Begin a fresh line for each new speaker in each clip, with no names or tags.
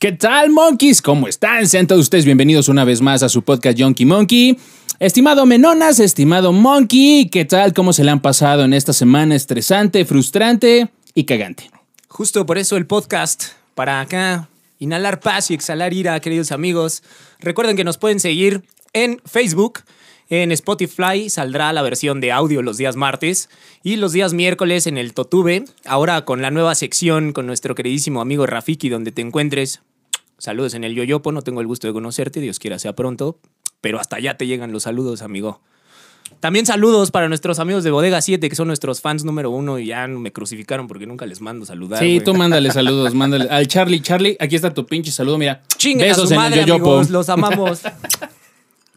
¿Qué tal, monkeys? ¿Cómo están? Sean todos ustedes bienvenidos una vez más a su podcast Yonky Monkey. Estimado Menonas, estimado Monkey, ¿qué tal? ¿Cómo se le han pasado en esta semana estresante, frustrante y cagante?
Justo por eso el podcast, para acá, inhalar paz y exhalar ira, queridos amigos. Recuerden que nos pueden seguir en Facebook, en Spotify saldrá la versión de audio los días martes y los días miércoles en el Totube, ahora con la nueva sección con nuestro queridísimo amigo Rafiki, donde te encuentres. Saludos en el Yoyopo, no tengo el gusto de conocerte, Dios quiera sea pronto, pero hasta allá te llegan los saludos, amigo. También saludos para nuestros amigos de Bodega 7, que son nuestros fans número uno y ya me crucificaron porque nunca les mando saludar.
Sí,
güey.
tú mándale saludos, mándale. Al Charlie, Charlie, aquí está tu pinche saludo, mira.
Chinguen a su madre, amigos, los amamos.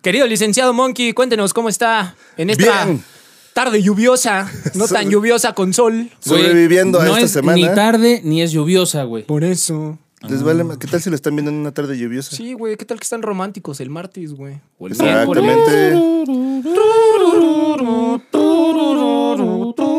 Querido licenciado Monkey, cuéntenos cómo está en esta
Bien.
tarde lluviosa, no tan lluviosa con sol.
Güey,
Sobreviviendo a
no
esta
es
semana. ¿eh?
Ni tarde ni es lluviosa, güey.
Por eso.
Les vale ma- ¿Qué tal si lo están viendo en una tarde lluviosa?
Sí, güey, ¿qué tal que están románticos el martes, güey? O el miércoles.
Pues Exactamente.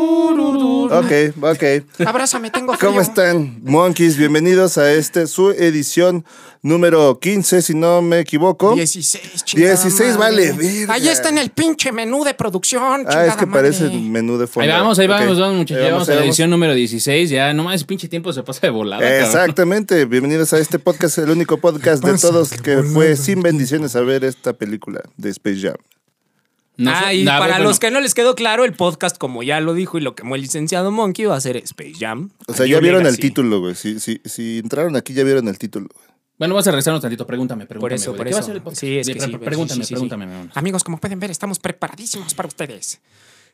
Ok, ok.
Abrázame, tengo frío.
¿Cómo están, monkeys? Bienvenidos a este, su edición número 15, si no me equivoco.
16, chingada
16
madre.
vale, verga.
Ahí está en el pinche menú de producción,
Ah, es que
madre.
parece el menú de
Ahí
fondo.
vamos, ahí
Ok.
vamos, vamos, muchachos.
Ahí
Ya
vamos,
vamos a
ahí
la
vamos.
edición número 16. Ya nomás ese pinche tiempo se pasa de volada. cabrón.
Exactamente, bienvenidos a este podcast, el único podcast de todos que fue sin bendiciones a ver esta película de Space Jam.
No sé-
ah, y
nah,
para
bueno,
los que no les quedó claro, el podcast, como ya lo dijo y lo quemó el licenciado Monkey, va a ser Space Jam.
O sea,
A
ya
New
vieron el
Legacy.
título, güey. Si, si, si entraron aquí, ya vieron el título.
Bueno, vas a regresarnos tantito. Pregúntame, pregúntame.
Por eso,
güey.
por
¿De
eso.
¿Qué va a ser el podcast?
Sí, es
De-
que
pre-
sí, sí,
Pregúntame,
sí, sí, sí.
pregúntame. mi amor.
Amigos, como pueden ver, estamos preparadísimos para ustedes.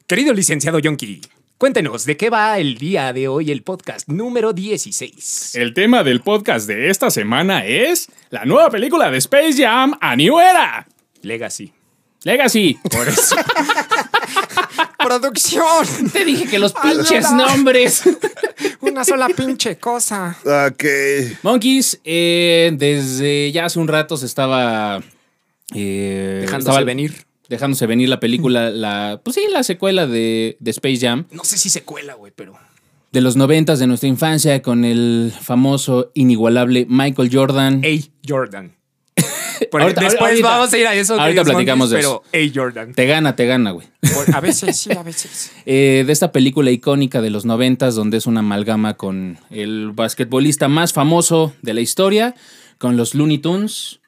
Querido licenciado Yonki, cuéntenos, ¿de qué va el día de hoy el podcast número 16?
El tema del podcast de esta semana es la nueva película de Space Jam a New Era.
Legacy.
Legacy. Por eso.
¡Producción!
Te dije que los pinches nombres.
Una sola pinche cosa.
Ok.
Monkeys, eh, desde ya hace un rato se estaba. eh,
Dejándose
estaba-
venir.
Dejándose venir la película, la. Pues sí, la secuela de, de Space Jam.
No sé si se cuela, güey, pero.
De los noventas de nuestra infancia con el famoso, inigualable Michael Jordan.
Hey, Jordan. Por-
Ahorita-
después
ahorita-
vamos a ir a eso.
ahorita
queridos
platicamos de
monkeys,
eso.
Pero, hey, Jordan.
Te gana, te gana, güey.
Por- a veces sí, a veces.
eh, de esta película icónica de los noventas, donde es una amalgama con el basquetbolista más famoso de la historia, con los Looney Tunes.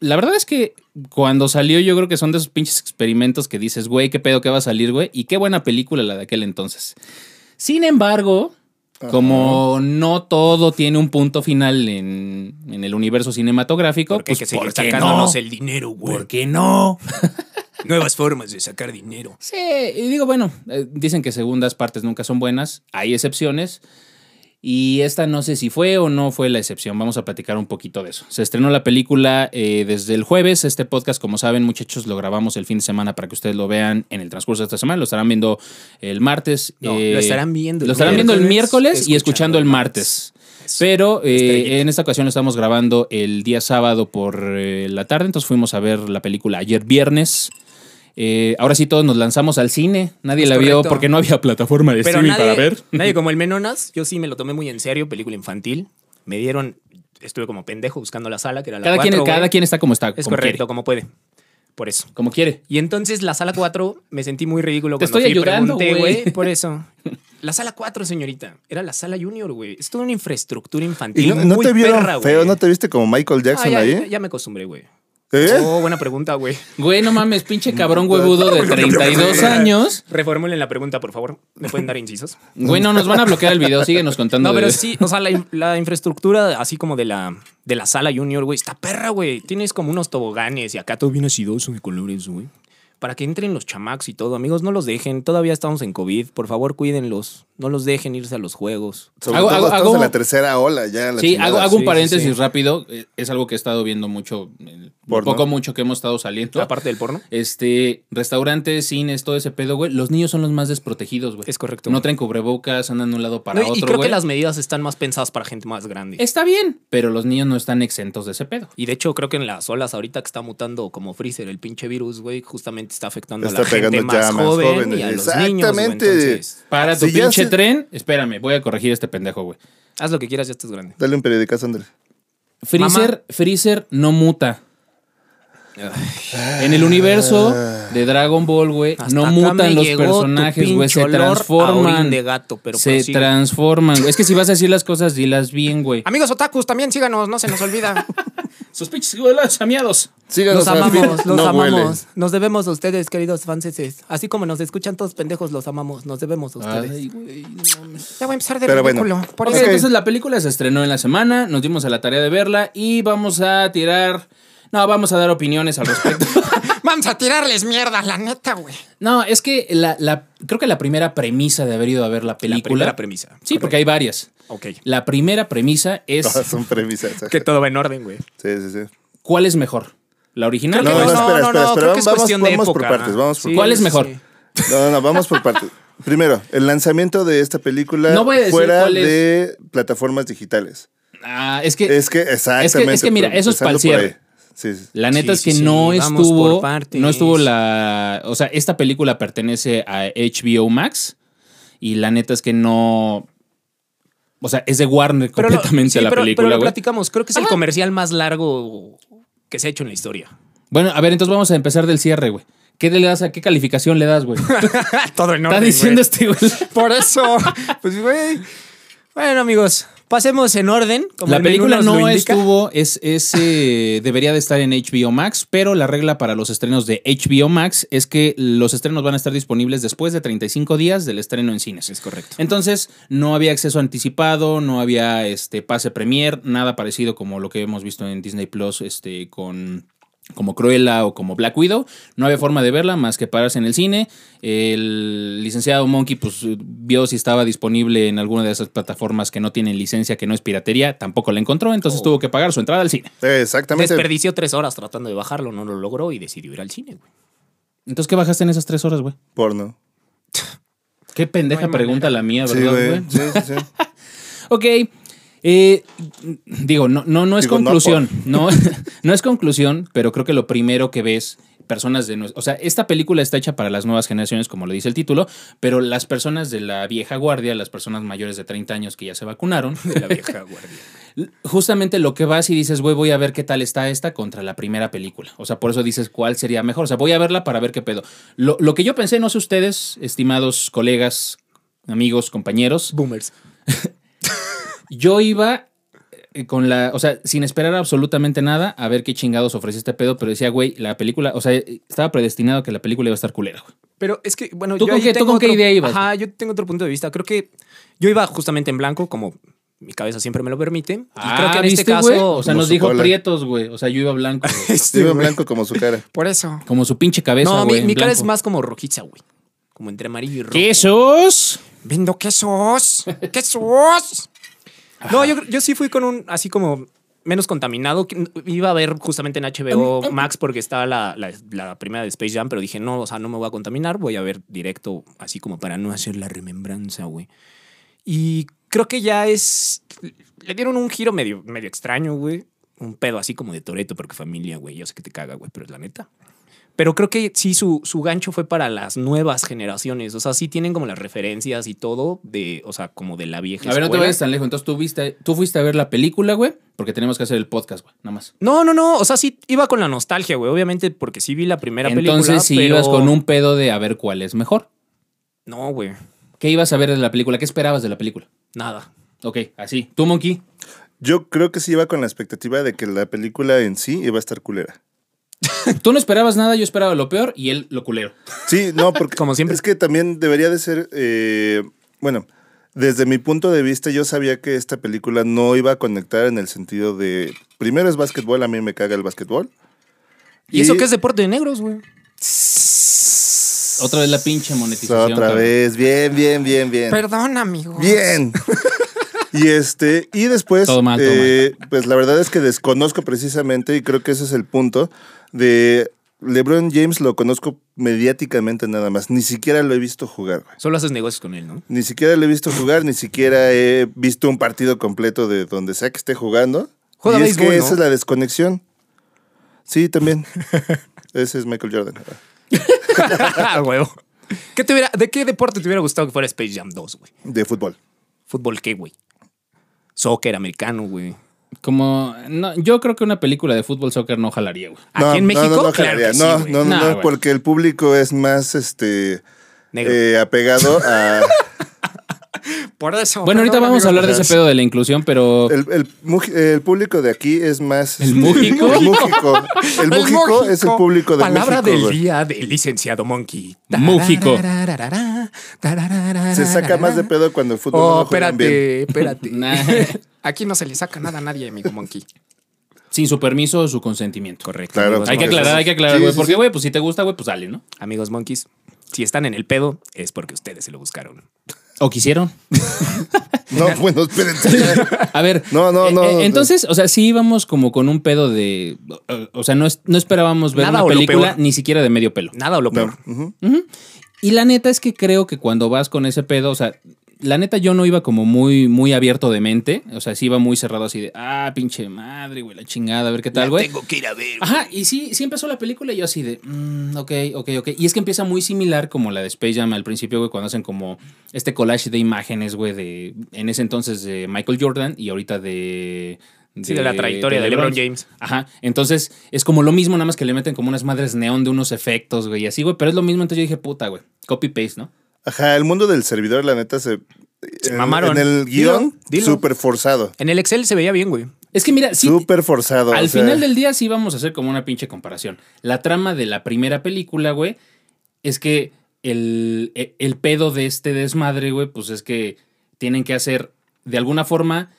La verdad es que cuando salió, yo creo que son de esos pinches experimentos que dices, güey, qué pedo que va a salir, güey, y qué buena película la de aquel entonces. Sin embargo, como no todo tiene un punto final en, en el universo cinematográfico,
Porque hay
pues,
que seguir
¿por qué
sacándonos
no?
el dinero, güey.
¿Por qué no?
Nuevas formas de sacar dinero.
Sí, y digo, bueno, eh, dicen que segundas partes nunca son buenas, hay excepciones. Y esta no sé si fue o no fue la excepción, vamos a platicar un poquito de eso. Se estrenó la película eh, desde el jueves, este podcast, como saben muchachos, lo grabamos el fin de semana para que ustedes lo vean en el transcurso de esta semana, lo estarán viendo el martes. eh,
No, lo estarán viendo el
Lo estarán viendo el
miércoles,
miércoles y escuchando el martes. Pero eh,
Estrellita.
en esta ocasión lo estamos grabando el día sábado por eh, la tarde, entonces fuimos a ver la película ayer viernes. Eh, ahora sí todos nos lanzamos al cine. Nadie
Es
la
correcto.
vio porque no había plataforma de
Pero
streaming
nadie,
para ver.
nadie como el Menonas, yo sí me lo tomé muy en serio, película infantil. Me dieron, estuve como pendejo buscando la sala, que era la
cada, quien,
cuatro, güey.
cada quien está como está.
Es
como
correcto,
Quiere,
como puede. Por eso.
como quiere.
Y entonces la sala 4 me sentí muy ridículo
Te
cuando
estoy
fui y
ayudando,
pregunté,
güey.
güey. Por eso. La sala 4, señorita. Era la sala junior, güey. Es toda una infraestructura infantil.
¿Y no, no
muy
te vieron
perra,
feo?
güey.
¿No te viste como Michael
Ah,
Jackson
ya,
ahí?
ya- ya me acostumbré, güey.
¿Eh?
Oh, buena pregunta, güey.
Güey, no mames, pinche cabrón huevudo de 32 años.
Reformulen la pregunta, por favor. ¿Me pueden dar incisos?
Güey, no, nos van a bloquear el video, síguenos contando.
No,
de-
pero sí, o sea, la, in- la infraestructura así como de la, de la sala junior, güey, está perra, güey. Tienes como unos toboganes y acá todo bien acidoso de colores, güey. Para que entren los chamacos y todo. Amigos, no los dejen. Todavía estamos en COVID. Por favor, cuídenlos. No los dejen irse a los juegos.
Sobre
Hago-
todo
hago-
estamos
hago-
en la tercera ola ya. la
Sí,
chingada.
hago, hago un
Sí, sí,
paréntesis
sí.
rápido. Eh, Es algo que he estado viendo mucho, eh, un
Porno.
poco mucho que hemos estado saliendo.
Aparte del porno.
Este, restaurantes, cines, todo ese pedo, güey. Los niños son los más desprotegidos, güey.
Es correcto.
No traen cubrebocas, andan de un lado para
No, y-
otro,
y creo
güey.
que las medidas están más pensadas para gente más grande.
Está bien, pero los niños no están exentos de ese pedo.
Y de hecho, creo que en las olas ahorita que está mutando como Freezer, el pinche virus, güey, justamente está afectando
Está
a la gente
pegando ya
más
más
joven
jóvenes.
y a los niños. güey.
Exactamente.
Entonces,
Para tu
Si ya
pinche
se-
tren, espérame, voy a corregir este pendejo, güey.
haz lo que quieras, ya estás grande.
Dale un periodicazo, Andrés.
Freezer, Freezer no muta. En el universo de Dragon Ball, güey,
Hasta
no
acá me
mutan los
llegó
personajes,
tu
güey, se
pinche olor a
transforman.
orín de gato, pero
se
prosigue.
transforman, güey. Es que si vas a decir las cosas, dilas bien, güey.
Amigos otakus, también síganos, no se nos olvida.
Sus pinches golas amiados.
Síganos
los
a
amamos,
Fit,
los
no
amamos.
hueles.
Nos debemos a ustedes, queridos fanses. Así como nos escuchan todos pendejos, los amamos. Nos debemos a ustedes. ya voy a empezar de
Pero bueno.
ridículo, por
Ok.
eso.
Entonces la película se estrenó en la semana, nos dimos a la tarea de verla y vamos a tirar... No, vamos a dar opiniones al respecto.
Vamos a tirarles mierda, la neta, güey.
no, es que la, la- creo que la primera premisa de haber ido a ver la película...
primera premisa,
Sí, porque hay varias.
Ok.
La primera premisa es
Todas son premisas. ajá.
Que todo va en orden, güey.
Sí, sí, sí.
¿cuál es mejor? ¿La original?
No,
o
no,
esta?
no, espera, espera, espera.
creo que es
Vamos-
cuestión
vamos
de
por
época.
partes, vamos por
Sí,
¿Cuál es
sí,
mejor?
sí.
No, no, no, vamos por partes. Primero, el lanzamiento de esta película
No voy a decir
fuera
cuál es.
de plataformas digitales.
Ah, es que,
Es que exactamente.
es que mira,
pero
eso es
empezando
pa'l cierre.
por ahí. Sí, sí.
la neta
Sí,
es que
sí, sí,
no
vamos por
estuvo
partes.
no estuvo la, o sea, esta película pertenece a HBO Max y la neta es que no o sea, es de Warner
Pero lo-
completamente
sí,
la
pero-
película,
Pero lo
güey.
platicamos. Creo que es el comercial más largo que se ha hecho en la historia.
Bueno, a ver, entonces vamos a empezar del cierre, güey. ¿Qué le das a qué calificación le das, güey?
todo en
Está
orden,
diciendo
güey.
este güey.
Por eso. Pues, güey. Bueno, amigos, pasemos en orden. como
La
el menú
película
nos lo
no
indica.
estuvo, es, es, eh, debería de estar en HBO Max, pero la regla para los estrenos de HBO Max es que los estrenos van a estar disponibles después de 35 días del estreno en cines.
Es correcto.
Entonces, no había acceso anticipado, no había este pase premier, nada parecido como lo que hemos visto en Disney Plus, este, con como Cruella o como Black Widow, no había forma de verla más que pararse en el cine. El licenciado Monkey pues vio si estaba disponible en alguna de esas plataformas que no tienen licencia, que no es piratería, tampoco la encontró, entonces
Oh.
tuvo que pagar su entrada al cine.
Exactamente.
Desperdició tres horas tratando de bajarlo, no lo logró y decidió ir al cine, güey.
Entonces, ¿qué bajaste en esas tres horas, güey?
Porno.
Qué pendeja pregunta la mía,
Sí,
Ah, ¿verdad,
güey.
güey?
Sí, sí, sí.
Ok. eh, digo, no, no, no es
Digo, no,
conclusión. No, no es conclusión, pero creo que lo primero que ves, personas de nues- O sea, esta película está hecha para las nuevas generaciones, como lo dice el título, pero las personas de la vieja guardia, las personas mayores de 30 años que ya se vacunaron,
De la vieja guardia.
justamente lo que vas y dices, güey, voy a ver qué tal está esta contra la primera película. O sea, por eso dices cuál sería mejor. O sea, voy a verla para ver qué pedo. Lo, lo que yo pensé, no sé ustedes, estimados colegas, amigos, compañeros.
Boomers.
Yo iba eh, con la, o sea, sin esperar absolutamente nada a ver qué chingados ofrece este pedo, pero decía, güey, la película, o sea, eh, estaba predestinado a que la película iba a estar culera, güey.
Pero es que, bueno,
¿Tú
yo
con
ahí
qué- tú
tengo
con qué
otro-
idea ibas?
Ajá, yo tengo otro punto de vista. Creo que yo iba justamente en blanco, como mi cabeza siempre me lo permite. Y creo que en este
Ah, ¿viste,
caso.
güey? o sea,
como
nos
su
dijo
cola.
prietos, güey, o sea, yo iba blanco, güey.
Sí, güey, blanco como su cara.
Por eso.
como su pinche cabeza,
no, mi-
güey.
mi, cara es más como rojiza, güey. Como entre amarillo y rojo.
quesos.
Vendo quesos. ¡Quesos! No, yo, yo sí fui con un así como menos contaminado. que Iba a ver justamente en HBO Max porque estaba la, la- la primera de Space Jam, pero dije, no, o sea, no me voy a contaminar, voy a ver directo, así como para no hacer la remembranza, güey. Y creo que ya es. Le dieron un giro medio, medio extraño, güey. Un pedo así como de Toreto, porque familia, güey. Yo sé que te caga, güey, pero es la neta. Pero creo que sí, su, su gancho fue para las nuevas generaciones. O sea, sí tienen como las referencias y todo de, o sea, como de la vieja.
A ver, no te
escuela.
vayas tan lejos. Entonces tú viste, tú fuiste a ver la película, güey, porque tenemos que hacer el podcast, güey, nada más.
No, no, no. O sea, sí iba con la nostalgia, güey. Obviamente, porque sí vi la primera película.
Entonces, si
pero-
ibas con un pedo de a ver cuál es mejor,
No, güey.
¿qué ibas a ver de la película? ¿Qué esperabas de la película?
Nada.
Ok, así. Tú, Monkey.
Yo creo que sí iba con la expectativa de que la película en sí iba a estar culera.
Tú no esperabas nada, yo esperaba lo peor y él lo culero.
Sí, no, porque
Como siempre.
es que también debería de ser, eh, bueno, desde mi punto de vista yo sabía que esta película no iba a conectar en el sentido de, primero es básquetbol, a mí me caga el básquetbol.
Y, eso que es deporte de negros, güey.
Otra vez la pinche monetización.
Otra
cabrón.
vez, bien, bien, bien, bien.
Perdón, amigo.
Bien. Y este, y después,
Todo mal, todo
eh, pues la verdad es que desconozco precisamente, y creo que ese es el punto, de LeBron James lo conozco mediáticamente nada más, ni siquiera lo he visto jugar, güey.
Solo haces negocios con él, ¿no?
Ni siquiera lo he visto jugar, ni siquiera he visto un partido completo de donde sea que esté jugando.
Juega
y es que
béisbol, ¿no?
esa es la desconexión. Sí, también. ese es Michael Jordan.
Ah, huevo. ¿Qué te hubiera- ¿De qué deporte te hubiera gustado que fuera Space Jam 2, güey?
De fútbol.
¿Fútbol qué, güey? Soccer americano, güey.
Como, no, yo creo que una película de fútbol soccer no jalaría, güey.
¿Aquí en México?
No, no, no,
Claro que
jalaría.
sí,
no,
güey. Ah,
no, no,
Nah,
no,
güey.
porque el público es más este
Negro.
eh, apegado a.
Por eso.
Bueno, ahorita vamos a hablar de ese pedo de la inclusión, pero
El, el, muj- el público de aquí es más.
¿El
este,
mújico?
El mújico. El mújico es el público de
Palabra
México.
del
güey.
día del licenciado Monkey.
Mújico.
Se saca más de pedo cuando el fútbol pues, no
Oh,
lo juegan bien.
espérate, espérate.
Nah.
Aquí no se le saca nada a nadie, amigo Monkey.
sin su permiso o su consentimiento. Correcto.
Claro,
amigos,
Hay
claro.
que
Sí,
aclarar,
sí,
hay que
sí.
aclarar,
Sí,
güey.
sí,
porque,
sí.
güey, pues si te gusta, güey, pues sale, ¿no?
Amigos Monkeys, si están en el pedo, es porque ustedes se lo buscaron.
O quisieron.
No, bueno, espérense.
A ver.
No, no,
eh,
no,
eh,
no.
entonces, o sea, sí íbamos como con un pedo de. o- O sea, no, es- no esperábamos ver
Nada
una
o lo
película
peor.
ni siquiera de medio pelo.
Nada o lo peor.
Y la neta es que creo que cuando vas con ese pedo, o sea, la neta yo no iba como muy, muy abierto de mente. O sea, sí iba muy cerrado así de, ah, pinche madre, güey, la chingada, a ver qué tal, güey.
Tengo que ir a ver.
Ajá, y sí, sí empezó la película y yo así de, mm, ok, ok, ok. Y es que empieza muy similar como la de Space Jam al principio, güey, cuando hacen como este collage de imágenes, güey, de, en ese entonces de Michael Jordan y ahorita de...
Sí, de la trayectoria de LeBron James.
Ajá, entonces es como lo mismo, nada más que le meten como unas madres neón de unos efectos, güey, y así, güey, pero es lo mismo, entonces yo dije, puta, güey, copy-paste, ¿no?
Ajá, el mundo del servidor, la neta, se.
Se
en-
mamaron.
En el
Dilo,
guión,
dilo.
súper forzado.
En el Excel se veía bien, güey.
Es que mira, sí,
Súper forzado.
Al
o sea,
final del día sí vamos a hacer como una pinche comparación. La trama de la primera película, güey, es que el, e- el pedo de este desmadre, güey, pues es que tienen que hacer, de alguna forma,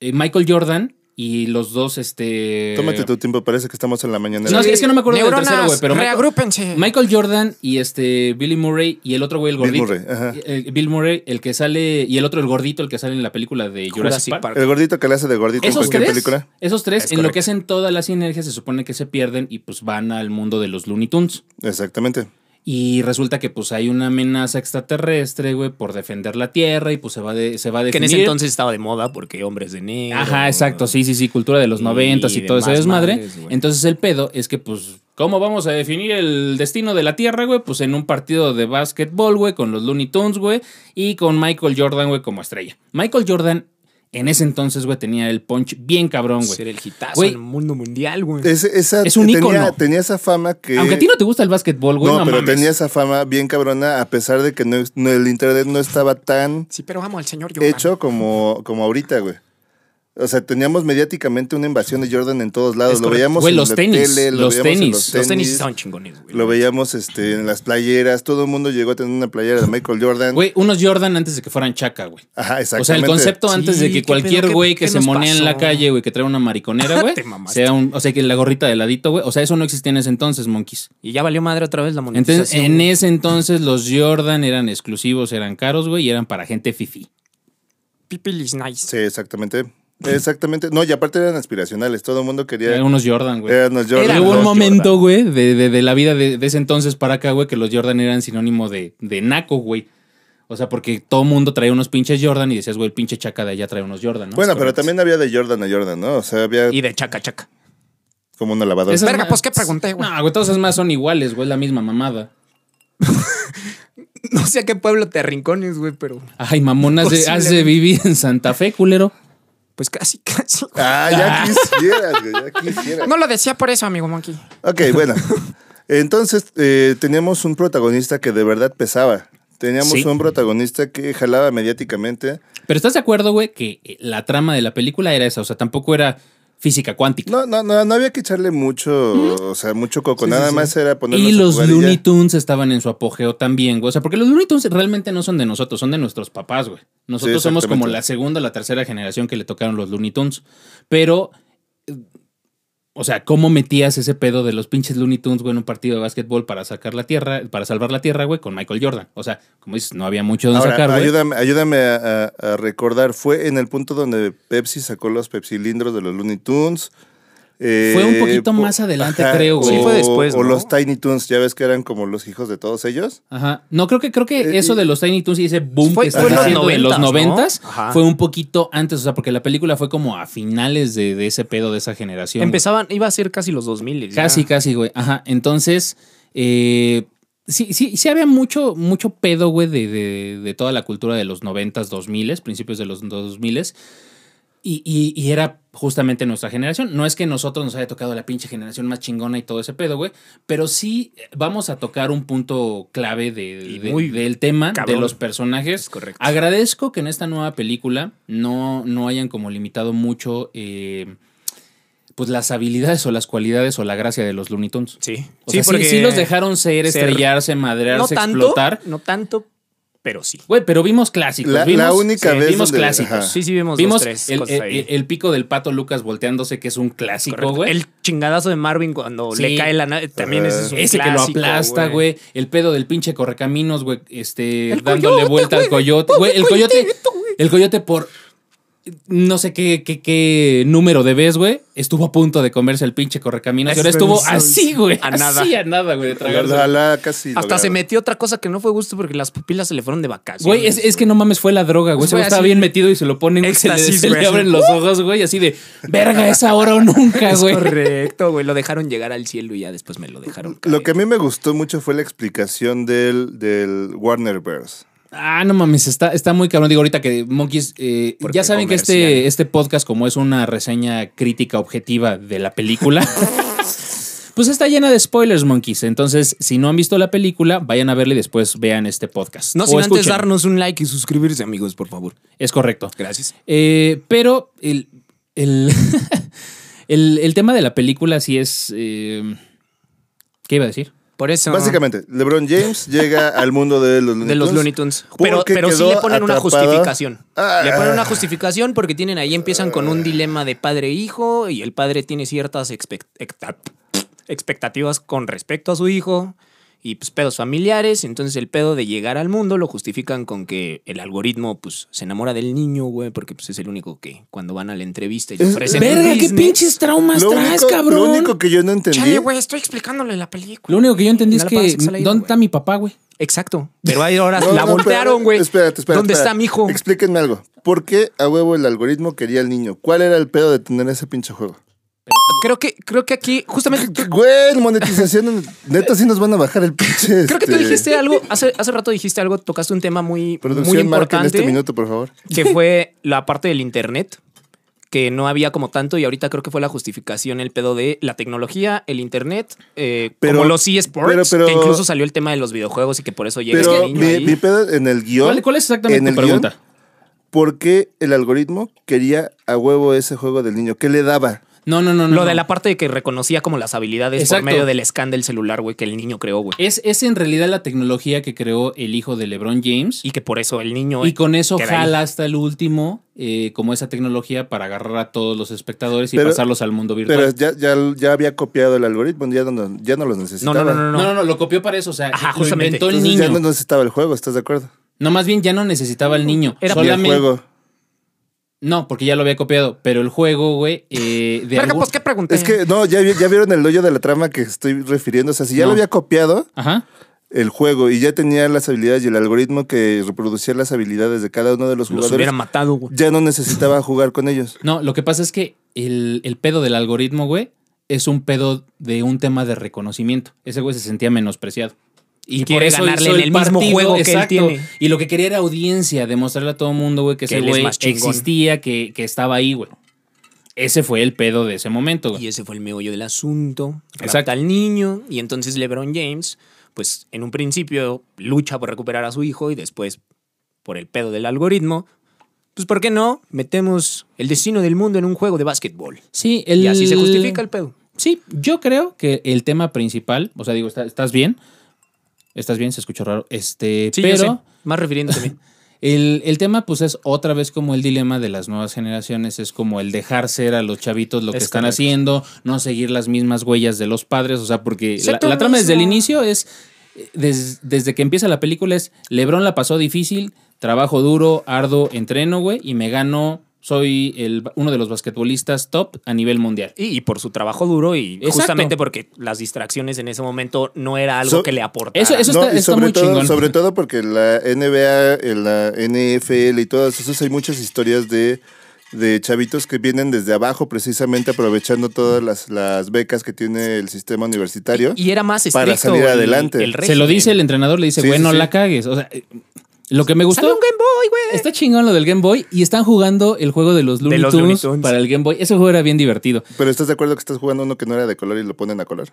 eh, Michael Jordan y los dos, este...
Tómate tu tiempo, parece que estamos en la mañana.
No, es que- es que no me acuerdo del
Neuronas,
tercero, güey, pero Michael-
reagrúpense.
Michael Jordan y este Billy Murray y el otro güey, el
Bill
gordito.
Murray, ajá.
el- Bill Murray, el que sale, y el otro, el gordito, el que sale en la película de Jurassic,
Jurassic
Park.
Park.
El gordito que le hace de gordito en
Esos
cualquier
tres,
película.
esos tres,
Es
en lo
correcto.
que hacen todas las sinergias, se supone que se pierden y pues van al mundo de los Looney Tunes.
Exactamente.
Y resulta que pues hay una amenaza extraterrestre, güey, por defender la Tierra y pues se va, de, se va a
Que en
definir.
ese entonces estaba de moda porque hombres de negro.
Ajá, exacto, sí, sí, sí, cultura de los
Y
noventas y todo ese
demás
desmadre.
madres, güey.
entonces el pedo es que pues, ¿cómo vamos a definir el destino de la Tierra, güey? Pues en un partido de básquetbol, güey, con los Looney Tunes, güey, y con Michael Jordan, güey, como estrella. Michael Jordan en ese entonces, güey, tenía el punch bien cabrón, güey.
Ser el hitazo
Güey.
en el mundo mundial, güey.
Es, esa,
Es un
tenía,
ícono.
tenía esa fama que.
Aunque a ti no te gusta el básquetbol, güey.
no,
No,
pero
mames.
tenía esa fama bien cabrona, a pesar de que no, no- el internet no estaba tan
Sí, pero amo al señor Jordan.
hecho como, como ahorita, güey. O sea, teníamos mediáticamente una invasión de Jordan en todos lados.
Es
Lo
correcto.
veíamos
Güey,
en
los
la
tenis,
tele, lo
los
veíamos en
tenis.
los
Los tenis
tenis,
estaban chingones, güey.
lo veíamos este, en las playeras. Todo el mundo llegó a tener una playera de Michael Jordan.
Güey, unos Jordan antes de que fueran chaca, güey.
Ajá,
O sea,
exactamente.
el concepto antes
Sí,
de
qué
que
pedo,
cualquier
qué-
güey
qué
que se
nos
monea en la
pasó.
calle, güey, que trae una mariconera, güey,
Te mamaste.
sea un, o sea, que la gorrita de ladito, güey, o sea, eso no existía en ese entonces, monkeys.
Y ya valió madre otra vez la monetización.
Entonces, en ese entonces los Jordan eran exclusivos, eran caros, güey, y eran para gente fifi.
People is nice.
Sí, exactamente. Exactamente. No, y aparte eran aspiracionales. Todo el mundo quería.
Eran unos Jordan, güey.
Eran los Eh, Jordan.
Y hubo
los
un
Jordan.
momento, güey, de, de- de la vida de, de ese entonces para acá, güey, que los Jordan eran sinónimo de, de naco, güey. O sea, porque todo mundo traía unos pinches Jordan y decías, güey, el pinche chaca de allá trae unos Jordan, ¿no?
Bueno, pero también había de Jordan a Jordan, ¿no? O sea, había
Y de chaca chaca.
como una lavadora.
Esas
Verga,
ma-
pues, ¿qué pregunté, güey?
No, güey, todas esas más son iguales, güey, la misma mamada.
No sé a qué pueblo te arrincones, güey, pero.
Ay, mamón, has de, has de vivir en Santa Fe, culero.
Pues casi, casi.
Ah, ya quisieras, güey, ya quisieras.
lo decía por eso, amigo Monkey.
Ok, bueno. Entonces, eh, teníamos un protagonista que de verdad pesaba. Teníamos
Sí.
un protagonista que jalaba mediáticamente.
Pero ¿estás de acuerdo, güey, que la trama de la película era esa? O sea, tampoco era física cuántica.
No, no, no, no había que echarle mucho, o sea, mucho coco. Nada más era ponerlo
Y los Looney Tunes estaban en su apogeo también, güey. O sea, porque los Looney Tunes realmente no son de nosotros, son de nuestros papás, güey. Nosotros
Sí,
somos como
exactamente.
la segunda o la tercera generación que le tocaron los Looney Tunes. Pero eh, O sea, ¿cómo metías ese pedo de los pinches Looney Tunes, güey, en un partido de básquetbol para sacar la tierra, para salvar la tierra, güey, con Michael Jordan? O sea, como dices, no había mucho donde
Ahora,
sacar, güey.
ayúdame, ayúdame a, a- a recordar, fue en el punto donde Pepsi sacó los pepsilindros de los Looney Tunes. eh,
Fue un poquito más adelante, creo,
güey. Sí, fue después,
O
¿no?
los Tiny Tunes, ya ves que eran como los hijos de todos ellos.
Ajá. No, creo que, creo que
Eh,
eso
y-
de los Tiny Toons y ese boom
Fue-
que
fue
están
en los
haciendo en los
90s, ¿no?
noventas
Ajá.
fue un poquito antes, o sea, porque la película fue como a finales de, de ese pedo de esa generación. güey.
Empezaban, iba a ser casi los 2000. ya.
Casi, casi, güey. Ajá. Entonces, eh, sí, sí, sí había mucho, mucho pedo, güey, de, de- de toda la cultura de los noventas, dos miles, principios de los dos miles. Y, y- y era justamente nuestra generación. No es que nosotros nos haya tocado la pinche generación más chingona y todo ese pedo, güey. Pero sí vamos a tocar un punto clave de,
Y
de-
muy
del tema
cabrón.
de los personajes.
Es correcto.
Agradezco que en esta nueva película no, no hayan como limitado mucho eh, pues las habilidades o las cualidades o la gracia de los Looney Tunes.
Sí.
O sea, sí,
porque
sí los dejaron ser,
ser-
estrellarse, madrearse,
tanto,
explotar.
No tanto, pero sí.
Güey, pero vimos clásicos.
La- la
vimos,
única vez
Vimos
donde-
clásicos.
ajá.
Sí, sí, vimos,
Ah. Vimos
dos, tres
el,
cosas
el-
ahí.
el pico del pato Lucas volteándose, que es un clásico,
Correcto.
güey.
El chingadazo de Marvin cuando
Sí.
le cae la nave. También ese es un
Ese
clásico,
que lo aplasta, güey. El pedo del pinche correcaminos, güey. Este,
El
dándole
coyote,
vuelta al
güey.
coyote. Güey, el
Pobre
coyote.
coyotito, güey.
El coyote por. No sé qué, qué, qué número de vez, güey. Estuvo a punto de comerse el pinche correcaminos. Y ahora
Eso
estuvo
es-
así, güey.
a nada.
Así a nada, güey. de tragarse.
Ojalá casi.
Hasta
lograra.
se metió otra cosa que no fue gusto porque las pupilas se le fueron de vacaciones.
Güey, es, es que no mames, fue la droga, güey.
Pues
Se
fue
estaba
así.
bien metido y se lo ponen, se le,
Éxtasis,
se
güey,
le
así.
abren los ojos, güey. Así de, verga, es ahora o nunca,
Es
güey.
correcto, güey. Lo dejaron llegar al cielo y ya después me lo dejaron.
Lo
caer.
que a mí me gustó mucho fue la explicación del, del Warnerverse.
Ah, no mames, está, está muy cabrón. Digo, ahorita que Monkeys, eh,
Porque
ya saben que
comercial.
este, este podcast, como es una reseña crítica objetiva de la película, pues está llena de spoilers, Monkeys. Entonces, si no han visto la película, vayan a verla y después vean este podcast.
No
O
sin antes
escuchen.
darnos un like y suscribirse, amigos, por favor.
Es correcto.
Gracias.
Eh, pero el, el, el, el tema de la película sí es... eh, ¿Qué iba a decir?
Por eso.
Básicamente, LeBron James llega al mundo de los Looney
De los
Tunes
Looney Tunes. Pero,
porque
pero sí
quedó
le ponen una
atrapada-
justificación.
Ah.
le ponen una justificación porque tienen ahí, empiezan con un dilema de padre-hijo y el padre tiene ciertas expect- ecta- expectativas con respecto a su hijo y pues pedos familiares. Entonces el pedo de llegar al mundo lo justifican con que el algoritmo pues se enamora del niño, güey, porque pues es el único que cuando van a la entrevista y le
Es-
ofrecen un
Verga, qué
business.
pinches traumas
Lo
traes,
único-
cabrón.
Lo único que yo no entendí.
Chale, güey, estoy explicándole la película.
Lo único que yo entendí
No
es
la
que.
pagas, se la lleva,
¿Dónde
güey.
está mi papá, güey?
Exacto. Pero ahí ahora
No,
la
no,
voltearon,
espérate,
güey.
Espérate, espérate.
¿Dónde
espérate.
está mi hijo?
Explíquenme algo. ¿Por qué a huevo el algoritmo quería al niño? ¿Cuál era el pedo de tener ese pinche juego?
Creo que, creo que aquí, justamente,
Güey, monetización, neta, sí nos van a bajar el pinche.
Creo que tú
este,
dijiste algo, hace, hace rato dijiste algo, tocaste un tema muy, muy
Producción, marca en
importante,
este minuto, por favor.
que fue la parte del Internet, que no había como tanto y ahorita creo que fue la justificación, el pedo de la tecnología, el Internet, eh,
Pero-
como los eSports,
pero- pero-
que incluso salió el tema de los videojuegos y que por eso llega el
Pero
niño
mi,
ahí.
mi pedo en el guión.
¿Cuál, cuál es exactamente
en
tu
el guión,
pregunta?
¿Por qué el algoritmo quería a huevo ese juego del niño? ¿Qué le daba?
No, no, no, no.
Lo
no.
de la parte de que reconocía como las habilidades
Exacto.
por medio del scan del celular, güey, que el niño creó, güey.
Es, es en realidad la tecnología que creó el hijo de LeBron James.
Y que por eso el niño...
Y con eso
queda ahí.
jala hasta el último, eh, como esa tecnología para agarrar a todos los espectadores y
Pero-
pasarlos al mundo virtual.
Pero ya, ya, ya había copiado el algoritmo, ya no, ya no los
No, no,
necesitaba.
no, no,
no,
no.
no, no, lo copió para eso. O sea,
Ajá,
lo
justamente.
inventó el
Entonces
niño.
ya no
No,
necesitaba el juego, ¿estás de acuerdo?
más bien ya no necesitaba el niño.
Era-
Y el
solamente.
juego.
No, porque ya lo había copiado. Pero el juego, güey. eh, de
Verga,
algún-
pues, ¿qué pregunté?
Es que, no, ya, vi- ya vieron el hoyo de la trama que estoy refiriendo. O sea, si ya
No.
lo había copiado
Ajá.
el juego y ya tenía las habilidades y el algoritmo que reproducía las habilidades de cada uno de los
Los
jugadores,
hubiera matado, güey.
ya no necesitaba jugar con ellos.
No, lo que pasa es que el, el pedo del algoritmo, güey, es un pedo de un tema de reconocimiento. Ese güey se sentía menospreciado. Y
Quiere ganarle
hizo
en el mismo juego que él tiene.
Y lo que quería era audiencia, demostrarle a todo el mundo, güey, que,
Que
ese
él es
güey
más chingón.
existía, que, que estaba ahí, güey. Ese fue el pedo de ese momento, güey.
Y ese fue el meollo del asunto. Rapta
Exacto.
al niño. Y entonces LeBron James, pues en un principio lucha por recuperar a su hijo y después, por el pedo del algoritmo, pues ¿por qué no? Metemos el destino del mundo en un juego de básquetbol.
Sí, el...
Y así se justifica el pedo.
Sí, yo creo que el tema principal, o sea, digo, está- estás bien. Estás bien, se escuchó raro. Este,
Sí, yo
pero
sé. Más refiriéndose a mí.
El, el tema, pues, es otra vez como el dilema de las nuevas generaciones, es como el dejar ser a los chavitos lo que
Es
están
correcto.
haciendo, no seguir las mismas huellas de los padres, o sea, porque
Sé
la,
tú
la trama desde el
mismo.
inicio es, eh, des- desde que empieza la película es, Lebron la pasó difícil, trabajo duro, ardo, entreno, güey, y me gano, soy el, uno de los basquetbolistas top a nivel mundial.
Y, y por su trabajo duro y
Exacto.
justamente porque las distracciones en ese momento no era algo
So-
que le aportara.
Eso- eso- está-
y
está
sobre
muy
todo,
chingón.
Sobre todo porque la NBA, en la NFL y todas esas, hay muchas historias de, de chavitos que vienen desde abajo precisamente aprovechando todas las, las becas que tiene el sistema universitario.
Y era más estricto.
Para salir
el-
adelante.
el
Se lo
régimen.
dice el entrenador, le dice,
Sí,
güey,
sí,
no
sí.
la cagues. O sea, eh, lo que me gustó...
Sale un Game Boy, güey.
Está chingón lo del Game Boy y están jugando el juego de los Looney,
De los
Tunes
Looney Tunes.
para el Game Boy. Ese juego era bien divertido.
Pero estás de acuerdo que estás jugando uno que no era de color y lo ponen a color.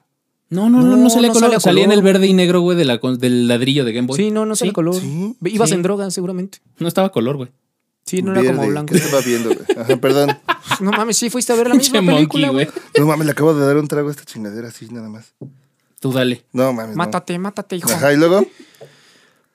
No, no, no, no,
No,
salía
no
color.
sale a
salía en
color.
el verde y negro, güey, de la con- del ladrillo de Game Boy.
Sí, no, no se le coló.
Sí.
Ibas
Sí.
en droga, seguramente.
No estaba color, güey.
Sí, no
Verde,
era como blanco.
¿Qué estaba viendo? güey? Ajá, perdón.
No mames, sí, fuiste a ver la
Pinche
misma película,
monkey,
güey.
güey.
No mames, le acabo de dar un trago a esta chingadera así nada más.
Tú dale.
No mames. no.
Mátate, mátate, hijo.
Ajá, y luego.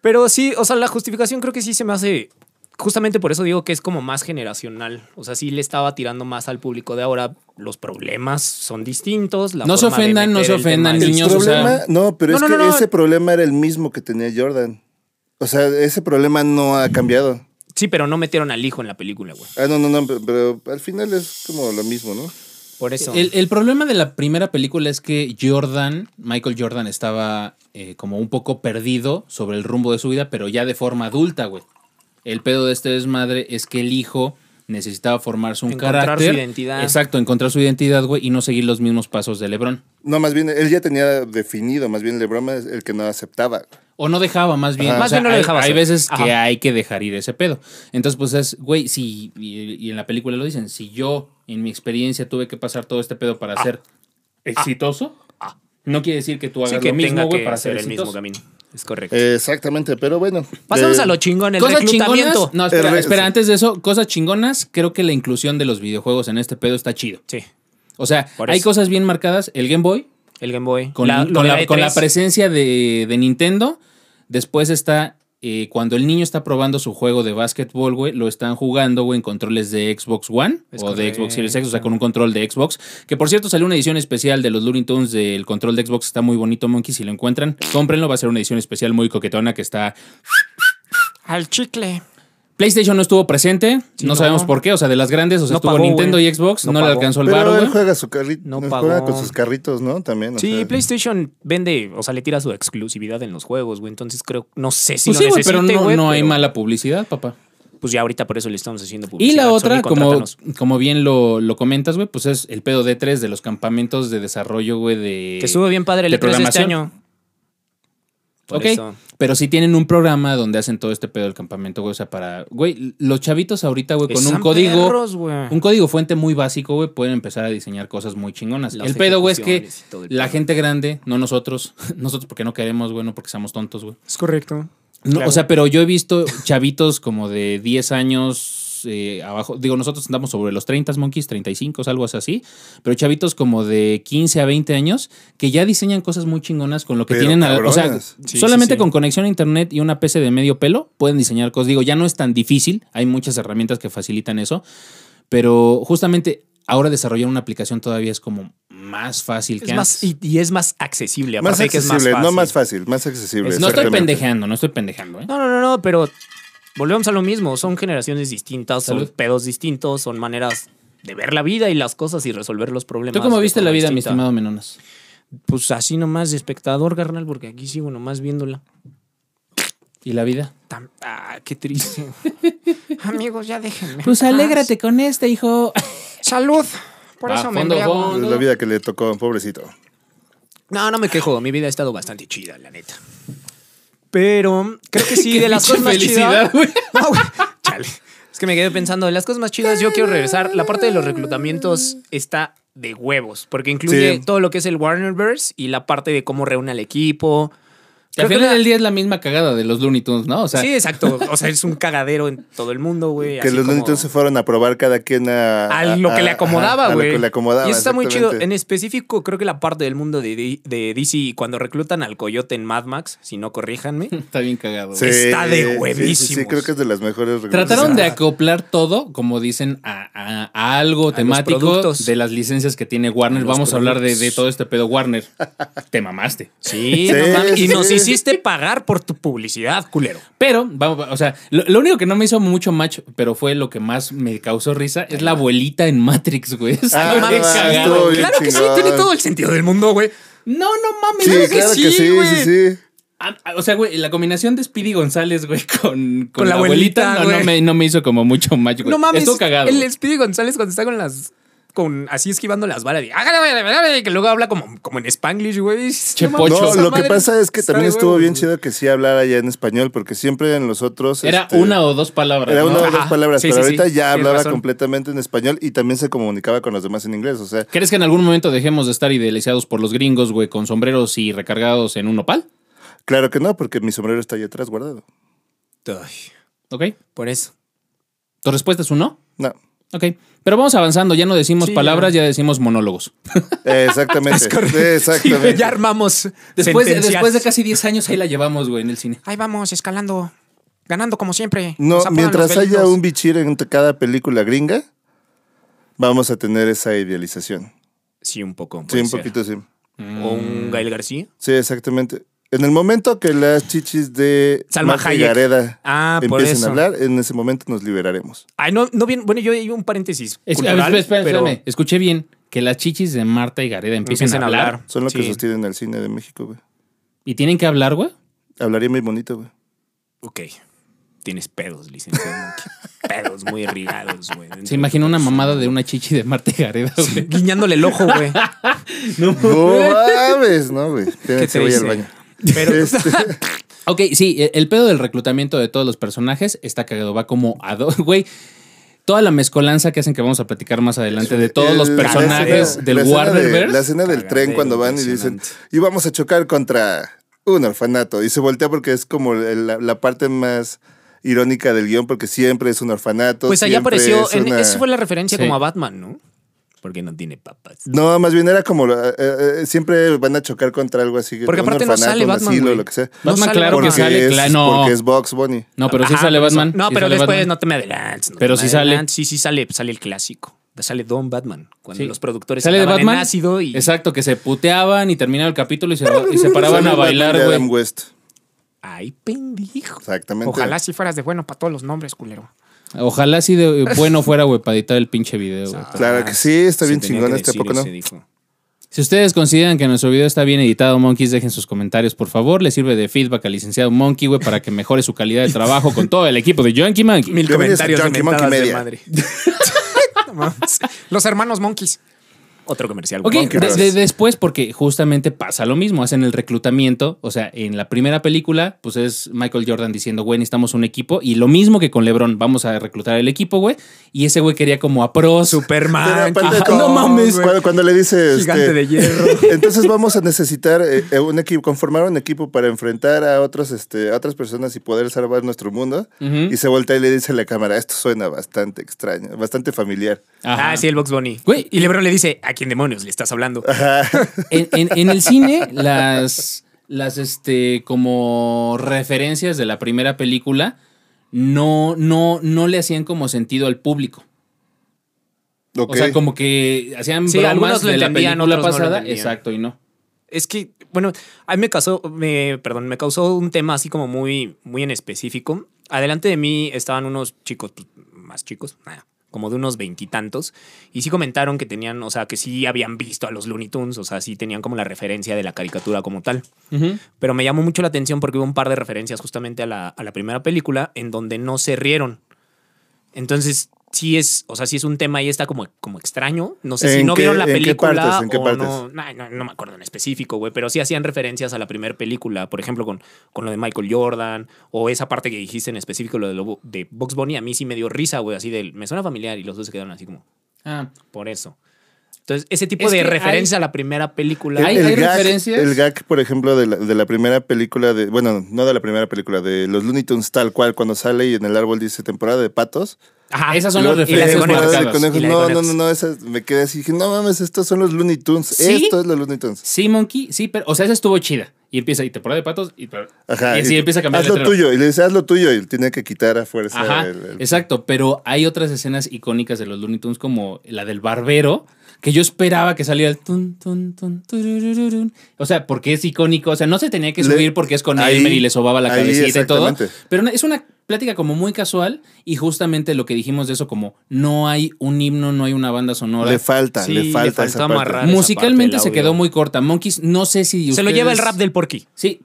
Pero sí, o sea, la justificación creo que sí se me hace. Justamente por eso digo que es como más generacional. O sea, sí le estaba tirando más al público de ahora. Los problemas son distintos. la
No se
forma de
ofendan, no
meter
se
el tema
ofendan,
es-
El
niños, o sea-
problema, no, pero
No,
es
no,
que
no, no.
ese problema era el mismo que tenía Jordan. O sea, ese problema no ha cambiado.
Sí, pero no metieron al hijo en la película, güey.
Ah, no, no, no, pero, pero al final es como lo mismo, ¿no?
Por eso.
El, el problema de la primera película es que Jordan, Michael Jordan, estaba eh, como un poco perdido sobre el rumbo de su vida, pero ya de forma adulta, güey. El pedo de este desmadre es que el hijo necesitaba formarse un
Encontrar su
carácter.
identidad.
Exacto, encontrar su identidad, güey, y no seguir los mismos pasos de LeBron.
No, más bien, él ya tenía definido, más bien LeBron es el que no aceptaba.
O no dejaba, más bien.
Ajá.
O
Más
sea,
bien no lo
hay-
dejaba
Hay
hacer.
veces que
Ajá.
hay que dejar ir ese pedo. Entonces, pues es, güey, si, y, y en la película lo dicen, si yo en mi experiencia tuve que pasar todo este pedo para
Ah.
ser exitoso, no quiere decir que tú hagas
sí que
lo mismo,
tenga
güey,
que
para ser
hacer el mismo
exitoso.
camino. Es correcto.
Exactamente, pero bueno.
Pasamos
Eh,
a lo chingón, el
Cosas
reclutamiento.
chingonas. No,
El
espera,
re-
espera,
sí.
antes de eso, cosas chingonas, creo que la inclusión de los videojuegos en este pedo está chido.
Sí,
O sea,
Por
hay
eso.
cosas bien marcadas. El Game Boy,
el Game Boy.
con
La-
la,
E lo
con
de
la- con la
E3.
presencia de, de Nintendo. Después está eh, cuando el niño está probando su juego de básquetbol, güey, lo están jugando, güey, en controles de Xbox One
Es
o de Xbox Series X, o sea,
correcto.
con un control de Xbox. Que por cierto, salió una edición especial de los Looney Tunes del control de Xbox. Está muy bonito, Monkey. Si lo encuentran, cómprenlo. Va a ser una edición especial muy coquetona que está
Al chicle.
PlayStation no estuvo presente,
Sí,
no,
no.
sabemos por qué, o sea, de las grandes, o sea,
No
estuvo
pagó,
Nintendo
güey.
y Xbox,
No
no, le
pagó.
alcanzó el
Pero
varo,
él
güey.
juega su carrito.
No
juega
pagó.
con sus carritos, ¿no? También. o
Sí,
sea.
PlayStation vende, o sea, le tira su exclusividad en los juegos, güey. Entonces creo, no sé si
Pues sí,
lo
güey,
necesite,
pero no,
güey,
no hay
pero,
mala publicidad, papá.
Pues ya ahorita por eso le estamos haciendo publicidad.
Y la
Sony,
otra, como,
contrátanos.
como bien lo, lo comentas, güey, pues es el pedo D3 de los campamentos de desarrollo, güey, de...
Que estuvo bien padre el
de
E3 de este
programación.
año. Por
Ok,
eso.
pero sí tienen un programa donde hacen todo este pedo del campamento, güey, o sea, para... Güey, los chavitos ahorita, güey, con un
Están
código...
perros, güey.
Un código fuente muy básico, güey, pueden empezar a diseñar cosas muy chingonas.
Las
el pedo, güey, es que
ejecuciones y todo el
la
pedo.
gente grande, no nosotros, nosotros porque no queremos, güey, no porque seamos tontos, güey.
Es correcto.
No,
Claro.
O sea, pero yo he visto chavitos como de 10 años eh, abajo. Digo, nosotros andamos sobre los 30 monkeys, 35, algo así. Pero chavitos como de 15 a 20 años que ya diseñan cosas muy chingonas con lo que
Pero
tienen. a- o sea,
cabronas.
Sí,
solamente
sí, sí.
con conexión a internet y una PC de medio pelo pueden diseñar cosas. Digo, ya no es tan difícil. Hay muchas herramientas que facilitan eso. Pero justamente ahora desarrollar una aplicación todavía es como más fácil que
Es más,
antes.
y, y es más accesible, aparte
Más
de que es
accesible,
más fácil.
no más fácil, más accesible.
Es-
No estoy
exactamente.
pendejeando, no estoy pendejeando. ¿eh?
No, no, no, no, pero volvemos a lo mismo. Son generaciones distintas,
Salud.
son pedos distintos, son maneras de ver la vida y las cosas y resolver los problemas.
¿Tú cómo
de
viste
forma
la vida, mi
distinta.
estimado Menonas?
Pues así nomás de espectador, carnal, porque aquí sigo nomás viéndola.
¿Y la vida?
Tam- ah, qué triste. Amigos, ya déjenme.
Pues alégrate con este, hijo.
Salud. Por
Ah,
eso me
fondo,
embriago.
fondo.
Es La vida que le tocó, pobrecito.
No, no me quejo. Mi vida ha estado bastante chida, la neta. Pero creo que sí, de las cosas más chidas.
güey.
No, güey. Chale. Es que me quedé pensando, de las cosas más chidas, yo quiero regresar. La parte de los reclutamientos está de huevos, porque incluye
Sí.
todo lo que es el Warnerverse y la parte de cómo reúne al equipo.
Que al
Creo que
final
la-
del día es la misma cagada de los Looney Tunes, ¿no? O sea,
sí, exacto. O sea, es un cagadero en todo el mundo, güey.
Que
así
los
como-
Looney Tunes se fueron a probar cada quien a...
a lo que le acomodaba,
ajá,
güey.
A lo que le acomodaba,
Y eso está muy chido. En e-
exactamente.
específico, creo que la parte del mundo de, D- de DC, cuando reclutan al coyote en Mad Max, si no corríjanme.
está bien cagado. güey.
Sí,
Está de
sí, sí, Sí,
huevísimos.
creo que es de las mejores.
Trataron de
regresas.
acoplar todo, como dicen, a, a- a algo temático
productos.
de las licencias que tiene Warner.
los
Vamos a hablar de,
productos.
de todo este pedo Warner. Te mamaste.
Sí,
Sí,
no mames. Y
sí.
nos hiciste pagar por tu publicidad, culero.
Pero, vamos, o sea, lo, lo único que no me hizo mucho match, pero fue lo que más me causó risa, es la abuelita en Matrix, güey. Está
Ah,
bien
mames,
cagado.
estuvo bien
Claro que sí,
chingón.
tiene todo el sentido del mundo, güey.
No, no mames,
Sí,
claro que
claro que
sí,
sí,
güey.
sí, sí.
Ah, ah, O sea, güey, la combinación de Speedy González, güey, con, con,
Con
la
la
abuelita,
abuelita,
no, no
güey.
me, no me hizo como mucho match, güey.
No mames.
Estuvo cagado.
El
güey.
Speedy González cuando está con las. Con, así esquivando las balas. y, "Ágale, ágale, ágale", que luego habla como, como en Spanglish, güey.
Che,
mames,
Pocho.
No,
esa
lo que
madre
pasa es que
está
también
de
estuvo
huevos,
bien
güey.
chido que sí hablara ya en español, porque siempre en los otros.
Era
este,
una o dos palabras.
Era
¿no?
una de
Ajá.
las palabras,
Sí,
pero
sí,
ahorita
sí.
ya
Tienes
hablaba
razón.
completamente en español y también se comunicaba con los demás en inglés. O sea,
¿Crees que en algún momento dejemos de estar idealizados por los gringos, güey, con sombreros y recargados en un nopal?
claro que no, porque mi sombrero está ahí atrás guardado.
Ay,
¿Ok?
por eso.
¿Tu respuesta es un no?
No,
Ok. Pero vamos avanzando, ya no decimos
Sí,
palabras,
ya.
ya decimos monólogos.
Eh, exactamente.
Sí,
exactamente.
ya armamos.
Después,
sentencias.
después de casi 10 años ahí la llevamos, güey, en el cine.
Ahí vamos, escalando. Ganando como siempre.
No,
Nos apodan
mientras
los
haya
belitos.
un bichir en cada película gringa, vamos a tener esa idealización.
Sí, un poco.
Sí,
puede
un
ser.
poquito Mm. sí.
O un Gael García.
Sí, exactamente. En el momento que las chichis de
Salma
Marta
Hayek.
Gareda
Ah, por
empiecen
eso.
a hablar, en ese momento nos liberaremos.
Ay, no, no bien. Bueno, yo hay un paréntesis.
Es-
cultural,
a ver, espera, espera,
pero
espérame. Escuché bien que las chichis de Marta y Gareda empiezan,
Empiecen
a hablar.
Son lo que
Sí.
sostienen el cine de México, güey.
¿Y tienen que hablar, güey?
Hablaría muy bonito, güey.
Ok. Tienes pedos, licenciado. Monkey. pedos muy irrigados, güey.
Se imagina una mamada de una chichi de Marta y Gareda, güey.
Guiñándole el ojo, güey.
No mames, no, güey.
¿Qué
Espérense,
te
voy al
dice?
baño.
Pero
Este,
Ok, sí, e- el pedo del reclutamiento de todos los personajes está cagado, va como a dos, güey. Toda la mezcolanza que hacen que vamos a platicar más adelante de todos los
el- la
personajes
escena-
del
la escena de-
Warnerverse.
La escena del
Cagadero
tren cuando van y dicen,
impresionante.
y vamos a chocar contra un orfanato. Y se voltea porque es como el- la, la parte más irónica del guión, porque siempre es un orfanato.
pues allá
siempre
apareció.
es
en-
una-
Eso fue la referencia
Sí.
como a Batman, ¿no? Porque no tiene papas.
No, más bien era como eh, eh, siempre van a chocar contra algo así.
Porque
un
aparte no
orfanato,
sale
un
Batman,
asilo,
güey.
lo que sea.
No
Batman,
sale
claro que
porque,
Batman.
sale,
es,
claro, no.
porque es Box Bunny.
No, pero sí
Ajá,
sale
por eso.
Batman.
No,
sí
pero
sale
después
Batman.
no te me adelantes. no
Pero
te
sí
me
sale.
adelantes. Sí, sí sale, sale el clásico. Sale Don Batman. Cuando
Sí.
los productores
Sale de
estaban
Batman.
en ácido y.
Exacto, que se puteaban y terminaba el capítulo y se, y se paraban a
Sale Batman de
bailar,
Adam
güey.
West.
Ay, pendijo.
Exactamente.
Ojalá si fueras de bueno para todos los nombres, culero.
Ojalá sí de eh, bueno fuera, güey, para editar el pinche video, güey.
Claro que sí, está bien
Se tenía
chingón
que
este, ¿a
decir
poco no?
ese dijo.
Si ustedes consideran que nuestro video está bien editado, monkeys, dejen sus comentarios, por favor. Le sirve de feedback al licenciado Monkey, güey, para que mejore su calidad de trabajo con todo el equipo de Junkie Monkey.
Mil
Bienvenidos a
comentarios de
Junkie Monkey
mentadas de
Media.
madre. No mames. los hermanos monkeys. Otro comercial.
Ok,
Monkey
de-
Brothers.
de- después, porque justamente pasa lo mismo, hacen el reclutamiento, o sea, en la primera película, pues es Michael Jordan diciendo, güey, necesitamos un equipo, y lo mismo que con Lebron, vamos a reclutar el equipo, güey, y ese güey quería como a pros.
Pero
Superman.
aparte
Ajá,
como-
Ah, no mames.
Cuando, cuando le dice.
Gigante
este,
de hierro.
Entonces vamos a necesitar eh, eh, un equipo, conformar un equipo para enfrentar a otros, este, a otras personas y poder salvar nuestro mundo. Y se voltea y le dice a la cámara, esto suena bastante extraño, bastante familiar.
Ajá.
Ah, sí, el Box Bunny.
Güey.
Y Lebron le dice, ¿a quién demonios le estás hablando?
En, en- en el cine, las, las este, como referencias de la primera película no, no, no le hacían como sentido al público.
Ok.
O sea, como que hacían
Sí,
bromas
algunos lo
de la
entendían,
película
otros no lo
pasada.
entendían.
Exacto, y no.
Es que, bueno, a mí me causó, me, perdón, me causó un tema así como muy, muy en específico. Adelante de mí estaban unos chicos, pues, más chicos, nah, como de unos veintitantos, y, sí comentaron que tenían, o sea, que sí habían visto a los Looney Tunes, o sea, sí tenían como la referencia de la caricatura como tal. Pero me llamó mucho la atención porque hubo un par de referencias justamente a la, a la primera película en donde no se rieron. Entonces, sí es, o sea, sí es un tema ahí está como, como extraño. No sé si
¿En
no
qué-
vieron la
en qué
película
partes? ¿En qué
o
partes?
no, no, no, no me acuerdo en específico, güey, pero sí hacían referencias a la primera película, por ejemplo, con, con lo de Michael Jordan o esa parte que dijiste en específico, lo de, lo de Box Bunny, a mí sí me dio risa, güey, así del, me suena familiar y los dos se quedaron así como,
Ah,
por eso. Entonces, ese tipo
Es
de
que hay-
referencia a la primera película.
Hay-
el,
hay
gag,
referencias.
el gag, por ejemplo, de la, de la primera película de. Bueno, no de la primera película, de los Looney Tunes tal cual, cuando sale y en el árbol dice temporada de patos.
Ajá.
Esas son
Y
las
la
referencias
temporada de
marcadas,
conejos.
y la de
No, no,
conejos.
no, no, esas- me quedé así. Dije, no mames, estos son los Looney Tunes.
¿Sí?
Esto es los Looney Tunes.
Sí, Monkey, sí, pero. O sea, esa estuvo chida. Y empieza y temporada de patos y.
Ajá.
y así empieza a cambiar
Haz
el
lo
letrero.
tuyo. Y le dice, haz lo tuyo. Y tiene que quitar a fuerza.
Ajá,
el- el-
exacto, pero hay otras escenas icónicas de los Looney Tunes como la del barbero, que yo esperaba que saliera el tun, tun, tun, turururun. O sea, porque es icónico, o sea, no se tenía que
Le-
subir porque es con
ahí-
Elmer y le sobaba la
ahí,
cabecita y todo,
exactamente.
pero no- es una plática como muy casual y justamente lo que dijimos de eso como no hay un himno, no hay una banda sonora.
le falta,
Sí,
le
le
falta esa
faltó
parte.
amarrar. esa
Musicalmente
parte
se
del
quedó
audio.
muy corta. Monkeys, no sé si
Se lo lleva el
ustedes-
rap del porky.
Sí,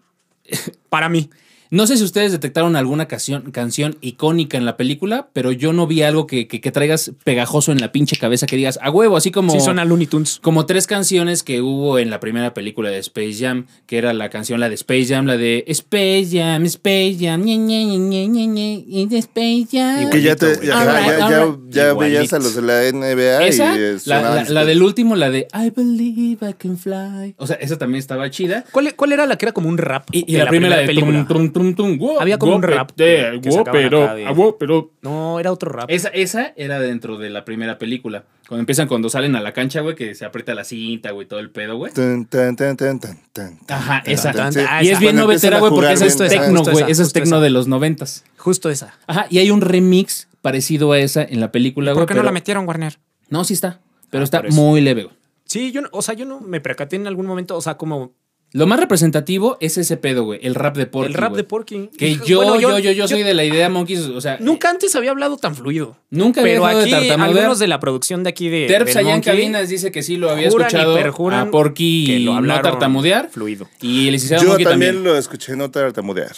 Para mí.
no sé si ustedes detectaron alguna canción, canción icónica en la película, pero yo no vi algo que, que- que traigas pegajoso en la pinche cabeza que digas a huevo, así como.
Sí, son a Looney Tunes.
como tres canciones que hubo en la primera película de Space Jam, que era la canción, la de Space Jam, la de Space Jam, Space Jam, ñe, ñe, ñe, ñe, ñe, ñe, y de Space Jam.
Que ya, te,
Igualito,
ya,
güey.
ya-
Alright,
ya-
alright.
ya
Igualito.
veías a los de la NBA
Esa,
y eh,
la, la-
sonaban-
la del último, la de I believe I can fly. O sea, esa también estaba chida.
¿Cuál, ¿Cuál era la que era como un rap?
Y, y
de
la, primera, de
película.
tum, tum, tum, tum, wo-
Había como un
Guau,
rap
pete,
que- que
guau,
sacaban
pero,
acá de-
ah, guau, pero.
No, era otro
Ah,
rap.
pues.
Esa, esa era dentro de la primera película. Cuando empiezan, cuando salen a la cancha, güey, que se aprieta la cinta, güey, todo el pedo, güey.
Tan, tan, tan, tan, tan, tan.
Ajá, esa.
tan,
tan, tan. Ah,
y
esa.
es bien
Cuando empiezan
novetera,
a
güey, porque
jugar
esa es
bien, ajá.
tecno,
Justo
güey.
esa,
Esa es
justo
tecno
esa.
de los noventas.
Justo esa.
Ajá, y hay un remix parecido a esa en la película, güey.
¿Por qué no
pero-
la metieron, Warner?
No, sí está. Pero
Ah,
está
por eso.
muy leve, güey.
Sí, yo, no- o sea, yo no me percaté en algún momento, o sea, como
Lo más representativo es ese pedo, güey. El rap de Porky.
el rap
güey.
de Porky.
Que
Hijo,
yo,
bueno,
yo, yo, yo soy de la idea, Monkeys. O sea,
Nunca antes había hablado tan fluido.
nunca había
Pero
dejado
aquí,
de tartamudear.
algunos de la producción de aquí de.
eh, Terps
del
allá en
Monkey
cabinas dice que sí lo había
juran y
escuchado
perjuran
a Porky
que
y
lo
no
hablaron
tartamudear.
Fluido.
Y el licenciado
Yo
Monkey
también,
también.
lo escuché no tartamudear.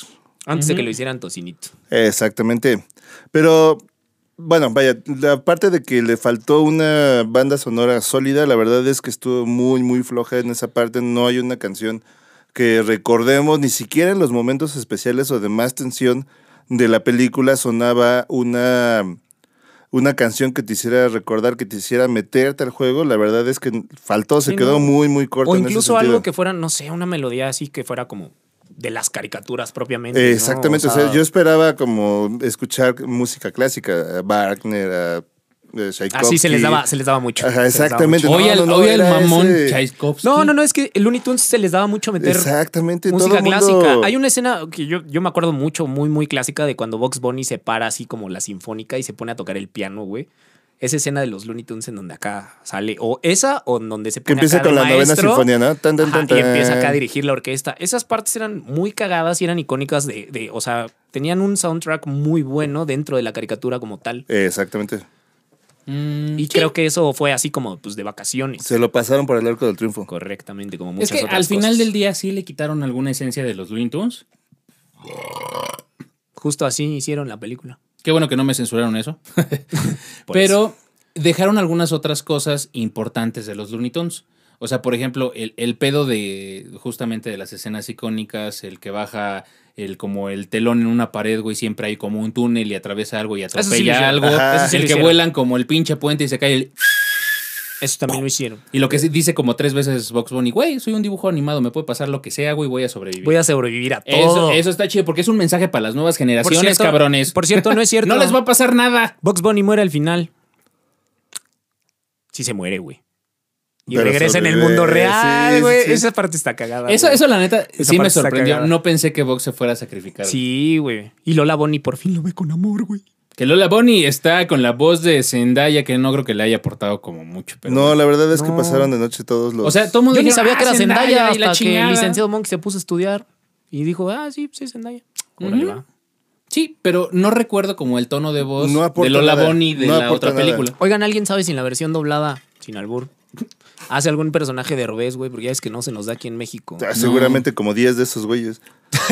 Antes de que lo hicieran tocinito.
Exactamente. Pero, bueno, vaya, la parte de que le faltó una banda sonora sólida, la verdad es que estuvo muy, muy floja en esa parte. No hay una canción que recordemos, ni siquiera en los momentos especiales o de más tensión de la película sonaba una, una canción que te hiciera recordar, que te hiciera meterte al juego. La verdad es que faltó, se
Sí,
quedó
no.
muy, muy corto.
O
en ese
incluso algo
sentido.
que fuera, no sé, una melodía así que fuera como de las caricaturas propiamente.
Eh,
¿no?
Exactamente, o sea, yo esperaba como escuchar música clásica, a Wagner, a eh, Tchaikovsky.
Así Ah, se les daba, se les daba mucho.
Ajá,
se les daba
exactamente.
mucho.
Hoy
No,
al,
no, no,
hoy al
era
mamón
ese-
Tchaikovsky.
No, no, no, es que el Looney Tunes se les daba mucho meter
Exactamente,
música
todo el mundo-
clásica. Hay una escena que yo, yo me acuerdo mucho, muy, muy clásica, de cuando Box Bunny se para así como la sinfónica y se pone a tocar el piano, güey. Esa escena de los Looney Tunes en donde acá sale, o esa, o en donde se
Que
pone
empieza
acá de
con la novena
maestro.
sinfonía, ¿no? Tan, tan,
Ajá,
tan, tan.
y empieza acá a dirigir la orquesta. Esas partes eran muy cagadas y eran icónicas de, de- o sea, tenían un soundtrack muy bueno dentro de la caricatura como tal.
Eh, Exactamente.
Mm,
Y
sí.
creo que eso fue así como pues de vacaciones.
Se lo pasaron por el arco del triunfo.
Correctamente, como
Es
muchas
que
otras
al final
cosas.
del día sí le quitaron alguna esencia de los Looney Tunes.
Justo así hicieron la película.
Qué bueno que no me censuraron eso.
Por
Pero dejaron algunas otras cosas importantes de los Looney Tunes. O sea, por ejemplo, el, el pedo de justamente de las escenas icónicas, el que baja el como el telón en una pared, güey, siempre hay como un túnel y atraviesa algo y
sí lo
atropella
hicieron.
algo.
Ajá. Eso
sí
el
lo
que
hicieron.
vuelan como el pinche puente y se cae el...
Eso también lo hicieron.
Y lo que se dice como tres veces Box Bunny, güey, soy un dibujo animado, me puede pasar lo que sea, güey, voy a sobrevivir.
Voy a sobrevivir a
Eso,
todo.
eso está chido porque es un mensaje para las nuevas
Por
generaciones,
cierto-
cabrones.
Por cierto, no es cierto.
no les va a pasar nada.
Box Bunny muere al final. Sí se muere, güey. Y
Pero
regresa en el
sobrevive,
mundo
sí,
real,
sí,
güey.
sí.
Esa parte está cagada.
Eso,
güey.
eso la neta,
Esa
sí
parte
me
está
sorprendió.
cagada.
No pensé que Vox se fuera a sacrificar. güey.
Sí, güey. Y Lola Bonnie por fin lo ve con amor, güey.
Que Lola Bonnie está con la voz de Zendaya, que no creo que le haya aportado como mucho. Pero
no, la verdad es que
No.
pasaron de noche todos los.
o sea, todo el mundo
Yo ni
dijeron,
sabía que
"Ah,
era Zendaya
y la
hasta que el
chingada".
licenciado Monk se puso a estudiar y dijo, ah, sí, sí, Zendaya. Órale,
Ujú.
va.
Sí, pero no recuerdo como el tono de voz
No aporta
de Lola
nada.
Bonnie de
No
la
aporta
otra
nada.
película.
Oigan, ¿alguien sabe si en la versión doblada, sin albur, hace algún personaje de Herbés, güey? Porque ya es que no se nos da aquí en México.
Ah, Seguramente como 10 de esos güeyes.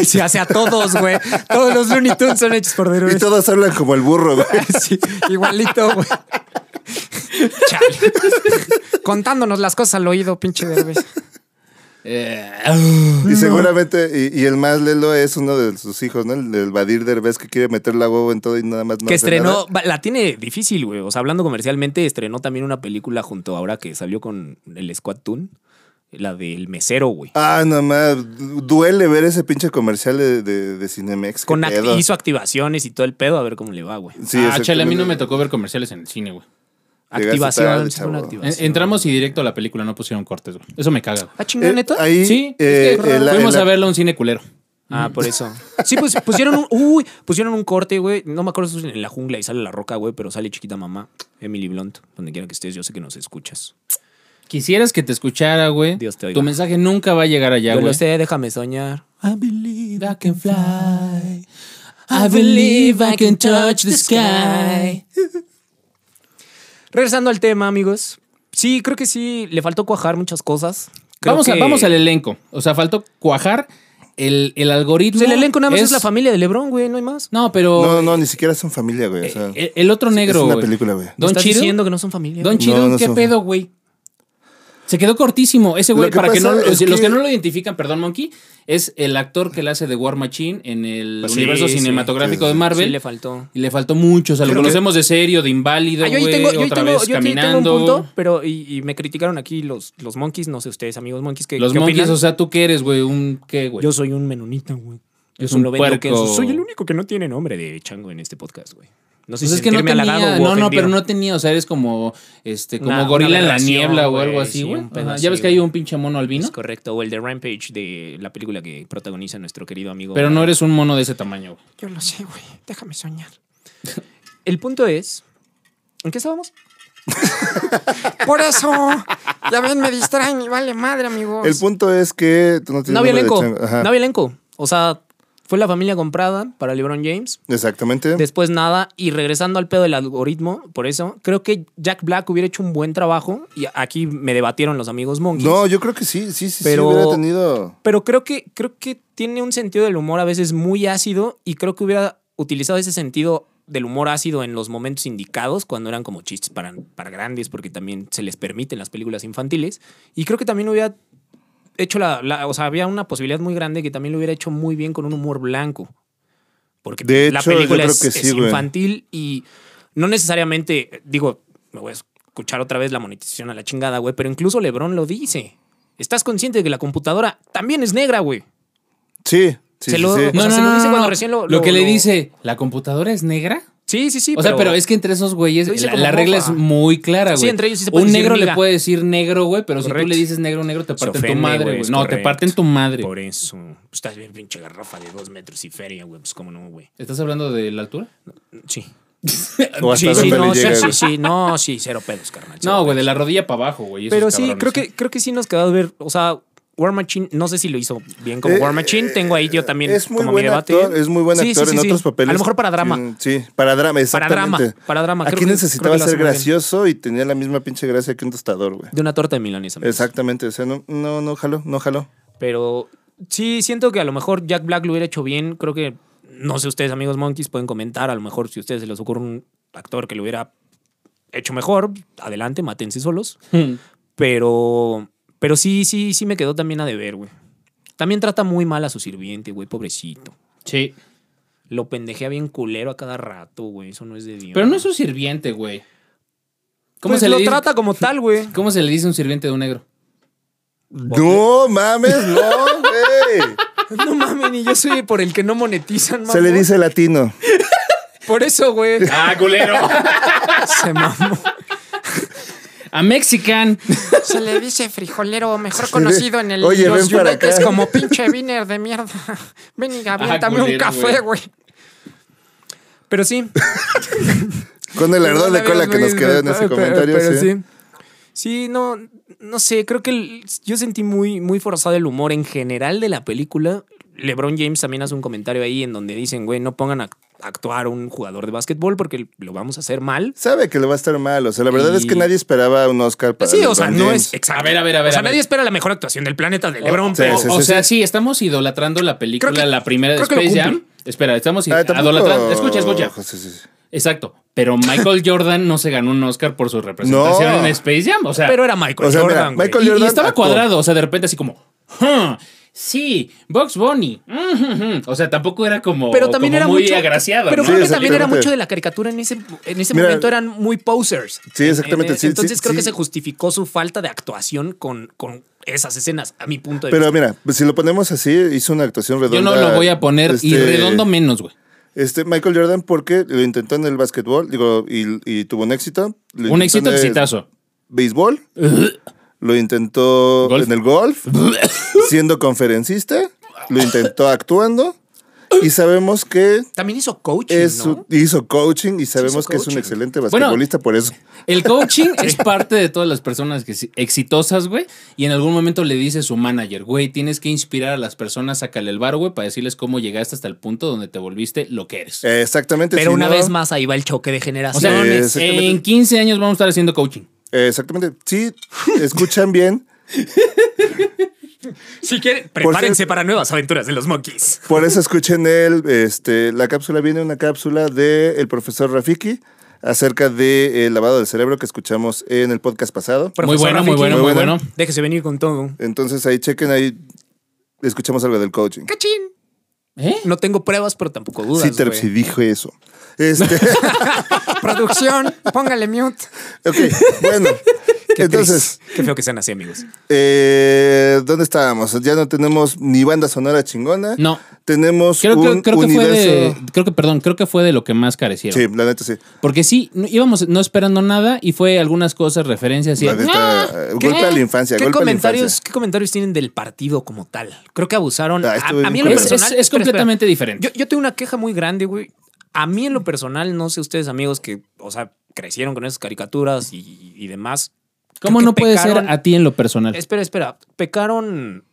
se hace a todos, güey. Todos los Looney Tunes son hechos por
Y
Derbez.
todos hablan como el burro, güey.
Sí, igualito, güey. Chale. Contándonos las cosas al oído, pinche Derbez.
Eh, ah,
Y seguramente, y, y el más lelo es uno de sus hijos, ¿no? El, el Badir Derbez que quiere meter la huevo en todo y nada más no
que
hace
estrenó,
nada.
va- la tiene difícil, güey. O sea, hablando comercialmente, estrenó también una película junto ahora que salió con el Squad Toon, la del mesero, güey.
Ah, no más. Duele ver ese pinche comercial de, de, de Cinemex. qué
Con act-
pedo.
hizo activaciones y todo el pedo, a ver cómo le va, güey.
Sí,
ah, chale, a mí no me
exactamente.
tocó ver comerciales en el cine, güey.
Llegaste
Activación,
tarde,
sí, fue una
chavo.
En-
activación.
Entramos y directo a la película, no pusieron cortes, güey. Eso me caga. güey.
¿Ah, chingada,
Eh,
neta?
ahí,
Sí,
eh,
es que
el-
fuimos
el-
a verlo a un cine culero.
Ah, por eso. Sí, pues pusieron un, uy, pusieron un corte, güey. No me acuerdo si es en la jungla y sale la roca, güey, pero sale chiquita mamá, Emily Blunt, donde quiera que estés, yo sé que nos escuchas.
Quisieras que te escuchara, güey.
Dios te oiga.
Tu mensaje nunca va a llegar allá,
yo lo
güey.
sé, déjame soñar. I believe I can fly.
I believe I can touch the sky.
Regresando al tema, amigos. Sí, creo que sí, le faltó cuajar muchas cosas. Creo
Vamos, a-
que-
vamos al elenco. O sea, faltó cuajar el, el algoritmo.
Pues el elenco nada más es, la familia de Lebron, güey, no hay más.
No, pero
No, no, ni siquiera son familia,
Eh,
güey. o sea,
el, el otro negro,
es una
güey.
película, güey.
¿Me
Don
estás
Cheadle?
diciendo que no son familia.
Don
güey?
Chidón,
no
¿qué
son.
pedo, güey? Se quedó cortísimo ese güey.
Lo que
Para que no,
pasa
los,
es
los que
que-
no lo identifican, perdón, Monkey, es el actor que le hace de War Machine en el
Pues sí,
universo
sí.
cinematográfico
Sí, sí,
de
sí.
Marvel.
Sí, le faltó.
y le faltó mucho. O sea, lo
Creo que-
conocemos de serio, de inválido,
Ah, yo ahí
güey,
tengo, yo ahí
otra
tengo-
vez
yo ahí tengo
caminando.
un punto, pero y, y me criticaron aquí los, los monkeys, no sé ustedes, amigos monkeys, que
Los monkeys, o sea, ¿tú qué eres, güey? ¿Un qué, güey? Pues
Yo soy un menonita, güey. Yo
Es
solo
un
vendo queso.
puerco.
Soy el único que no tiene nombre de chango en este podcast, güey. No sé
Pues
si
es que no
sentirme
tenía,
halagado
no,
o
no,
ofendido.
pero no tenía, o sea, eres como, este, como
Una- una
gorila en la
aberración,
niebla o algo
güey,
así,
sí,
güey.
un pedo
Ajá,
así,
ya ves que hay
güey.
un pinche mono albino,
Es correcto. O el de Rampage de la película que protagoniza nuestro querido amigo.
pero no eres un mono de ese tamaño, güey.
Yo lo sé, güey. Déjame soñar. El punto es. ¿En qué estábamos?
Por eso, ya ven, me distraen y vale madre, amigos.
El punto es que tú no tienes
No había
nombre de
elenco.
chango. Ajá,
No había elenco. O sea, fue la familia comprada para LeBron James.
Exactamente.
Después nada. Y regresando al pedo del algoritmo, por eso, creo que Jack Black hubiera hecho un buen trabajo. Y aquí me debatieron los amigos Monkeys.
No, yo creo que sí, sí, sí,
Pero-
sí hubiera tenido.
Pero creo que, creo que tiene un sentido del humor a veces muy ácido y creo que hubiera utilizado ese sentido del humor ácido en los momentos indicados, cuando eran como chistes para, para grandes, porque también se les permiten las películas infantiles. Y creo que también hubiera hecho la, la- O sea, había una posibilidad muy grande que también lo hubiera hecho muy bien con un humor blanco. Porque
De
la
hecho, yo
película
creo
es,
que sí,
es
güey.
infantil y no necesariamente, digo, me voy a escuchar otra vez la monetización a la chingada, güey, pero incluso Lebron lo dice. ¿Estás consciente de que la computadora también es negra, güey?
Sí,
Se
sí, sí,
lo-
sí.
O sea, se lo dice cuando recién lo- lo-
que le
lo-
dice, ¿la computadora es negra?
Sí, sí, sí.
o sea, pero es que entre esos güeyes
Lo dice
la,
como
la regla es
mofa.
muy clara,
Sí,
güey.
entre ellos sí se puede
Un
decir
negro le
miga.
puede decir negro, güey, pero si
Correcto.
tú le dices negro, negro, te
Se
parten tu
ofende,
madre,
güey,
güey.
es
No, te
correcto.
parten tu madre.
Por eso. Pues Estás bien pinche garrafa de dos metros y feria, güey. Pues cómo no, güey.
¿Estás hablando de la altura?
Sí.
O hasta
Sí, sí,
dónde le
no, sí,
llega,
sí,
güey.
sí, no, sí, cero pedos, carnal. cero
No, güey, de
pedos.
la rodilla para abajo, güey. esos
Pero sí,
cabrones,
creo
¿eh?
que, creo que sí nos quedó a ver. O sea, War Machine, no sé si lo hizo bien como
Eh,
War Machine. Tengo ahí yo también
Es muy
como
buen
mi debate.
actor, es muy buen
Sí, sí,
actor
sí,
en
sí.
otros papeles.
A lo mejor para drama.
Mm, Sí, para drama, exactamente.
drama, para drama, creo
Aquí
que- creo
necesitaba
que lo hace
ser
muy bien.
gracioso y tenía la misma pinche gracia que un tostador, güey.
De una torta de milanesa. amigos.
Exactamente, o sea, no, no, no jaló, no jaló.
Pero sí, siento que a lo mejor Jack Black lo hubiera hecho bien. Creo que, no sé, ustedes, amigos Monkeys, pueden comentar. A lo mejor, si a ustedes se les ocurre un actor que lo hubiera hecho mejor, adelante, mátense solos.
Hmm.
Pero, pero sí, sí, sí me quedó también a deber, güey. También trata muy mal a su sirviente, güey, pobrecito.
Sí.
Lo pendejea bien culero a cada rato, güey. Eso no es de Dios.
Pero no es un sirviente, güey. ¿Cómo,
Pues
se le
lo
dice-
trata como tal, güey.
¿Cómo se le dice a un sirviente de un negro?
No mames, no, güey.
No mames, y yo soy por el que no monetizan,
Se le
mamón.
dice latino.
Por eso, güey.
¡Ah, culero!
Se mamó.
a Mexican.
Se le dice frijolero, mejor conocido en el
Oye,
los
ven para
yunetes
acá.
como pinche viner de mierda. Ven
Ah,
y aviéntame un
culero,
café, güey.
Pero sí,
Con el ardor de cola que nos quedó en ese
Pero-
comentario.
pero
sí.
sí. Sí, no, no sé, creo que el- yo sentí muy, muy forzado el humor en general de la película. LeBron James también hace un comentario ahí en donde dicen, güey, no pongan a actuar a un jugador de básquetbol porque lo vamos a hacer mal.
Sabe que le va a estar mal, o sea, la verdad es que
Y-
nadie esperaba un Oscar para
Sí, o
LeBron
sea, no
James.
es exacto.
A ver, a ver, a ver,
O sea,
a ver.
nadie espera la mejor actuación del planeta de LeBron,
Sí,
pero
sí,
o
sí,
sea, sí. estamos idolatrando la película,
Creo que-
la primera de
creo que lo
Space Jam.
cumple.
Espera, estamos
Ah, tampoco-
idolatrando. Escucha, escucha.
Ojo, sí, sí, sí.
Exacto. Pero Michael Jordan no se ganó un Oscar por su representación
No.
en Space Jam. O sea,
pero era Michael
O sea, mira,
Jordan, güey.
Michael
y- y,
Jordan
estaba
actuó.
cuadrado. O sea, de repente así como. "Huh, Sí, Box Bunny. mm, mm, mm". O sea, tampoco era como,
Pero también
como
era
muy
mucho,
agraciada.
Pero
¿no?
creo que
Sí,
también era
exactamente.
mucho de la caricatura en ese, en ese
Mira,
momento, eran muy posers.
Sí, exactamente,
En- en-
sí,
Eh, entonces
sí,
creo
sí.
que se justificó su falta de actuación con, con esas escenas, a mi punto de
Pero
vista.
mira, si lo ponemos así, hizo una actuación redonda.
Yo no lo voy a poner y
este,
redondo menos, güey.
Este Michael Jordan porque lo intentó en el básquetbol, digo, y, y tuvo un éxito. Lo
Un
intentó
éxito
en el
exitazo.
Béisbol. Lo intentó
Golf.
en el golf, siendo conferencista, lo intentó actuando y sabemos que
También hizo coaching,
es
¿no?
un- hizo coaching y sabemos que es un
coaching.
excelente basquetbolista por eso.
El coaching es parte de todas las personas que sí- exitosas, güey. Y en algún momento le dice su manager, güey, tienes que inspirar a las personas, sacarle el bar, güey, para decirles cómo llegaste hasta el punto donde te volviste lo que eres.
Eh, Exactamente.
Pero
si
una
no-
vez más ahí va el choque de
o
generaciones.
sea,
sí, exactamente.
en 15 años vamos a estar haciendo coaching.
Eh, Exactamente. Sí, escuchan bien.
si quieren, prepárense
cierto-
para nuevas aventuras de los monkeys.
Por eso escuchen el, este, la cápsula viene una cápsula del el profesor Rafiki acerca del lavado del cerebro que escuchamos en el podcast pasado.
Muy
Profesor
bueno, muy
Rafiki,
bueno,
Muy
muy
bueno.
bueno.
Déjese venir con todo.
Entonces ahí chequen, ahí escuchamos algo del coaching.
¡Cachín!
¿Eh?
No tengo pruebas, pero tampoco dudas.
Sí, Terp,
güey.
sí dijo eso. Este,
Producción, póngale mute.
ok, bueno.
Qué
Entonces,
triste. Qué feo que sean así, amigos.
eh, ¿dónde estábamos? Ya no tenemos ni banda sonora chingona.
No.
Tenemos
Creo, creo-
un
creo que fue
universo.
de, creo que, perdón, creo que fue de lo que más carecieron.
Sí, la neta sí.
Porque sí, no- íbamos no esperando nada y fue algunas cosas, referencias y...
La neta, eh,
¿Qué-
golpe a la infancia.
¿Qué
golpe a la
comentarios,
infancia.
¿Qué comentarios tienen del partido como tal? Creo que abusaron.
Ah,
a,
estuvo
a mí en
bien
lo
culero.
Es, es-
personal.
es
espera, espera.
completamente diferente.
Yo, yo tengo una queja muy grande, güey. A mí en lo personal, no sé ustedes, amigos, que, o sea, crecieron con esas caricaturas y, y demás.
¿Cómo
Creo
no
que
puede
pecaron-
ser a ti en lo personal?
Espera, espera. Pecaron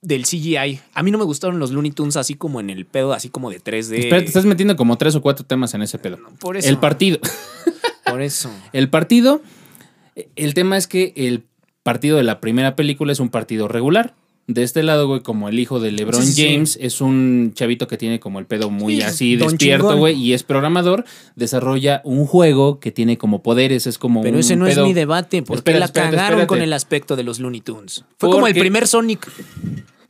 del CGI. A mí no me gustaron los Looney Tunes así como en el pedo, así como de 3D.
Espera, te estás metiendo como tres o cuatro temas en ese pedo.
por eso.
El partido.
Por eso.
El partido. El tema es que el partido de la primera película es un partido regular. De este lado, güey, como el hijo de LeBron
Sí, sí, sí.
James, es un chavito que tiene como el pedo muy
Sí,
así,
don
despierto,
chingón.
güey, y es programador, desarrolla un juego que tiene como poderes, es como
Pero
un
ese no
pedo-
es mi debate, porque
Espérate,
la
espérate,
cagaron con
espérate.
el aspecto de los Looney Tunes. Fue como el
Porque-
primer Sonic.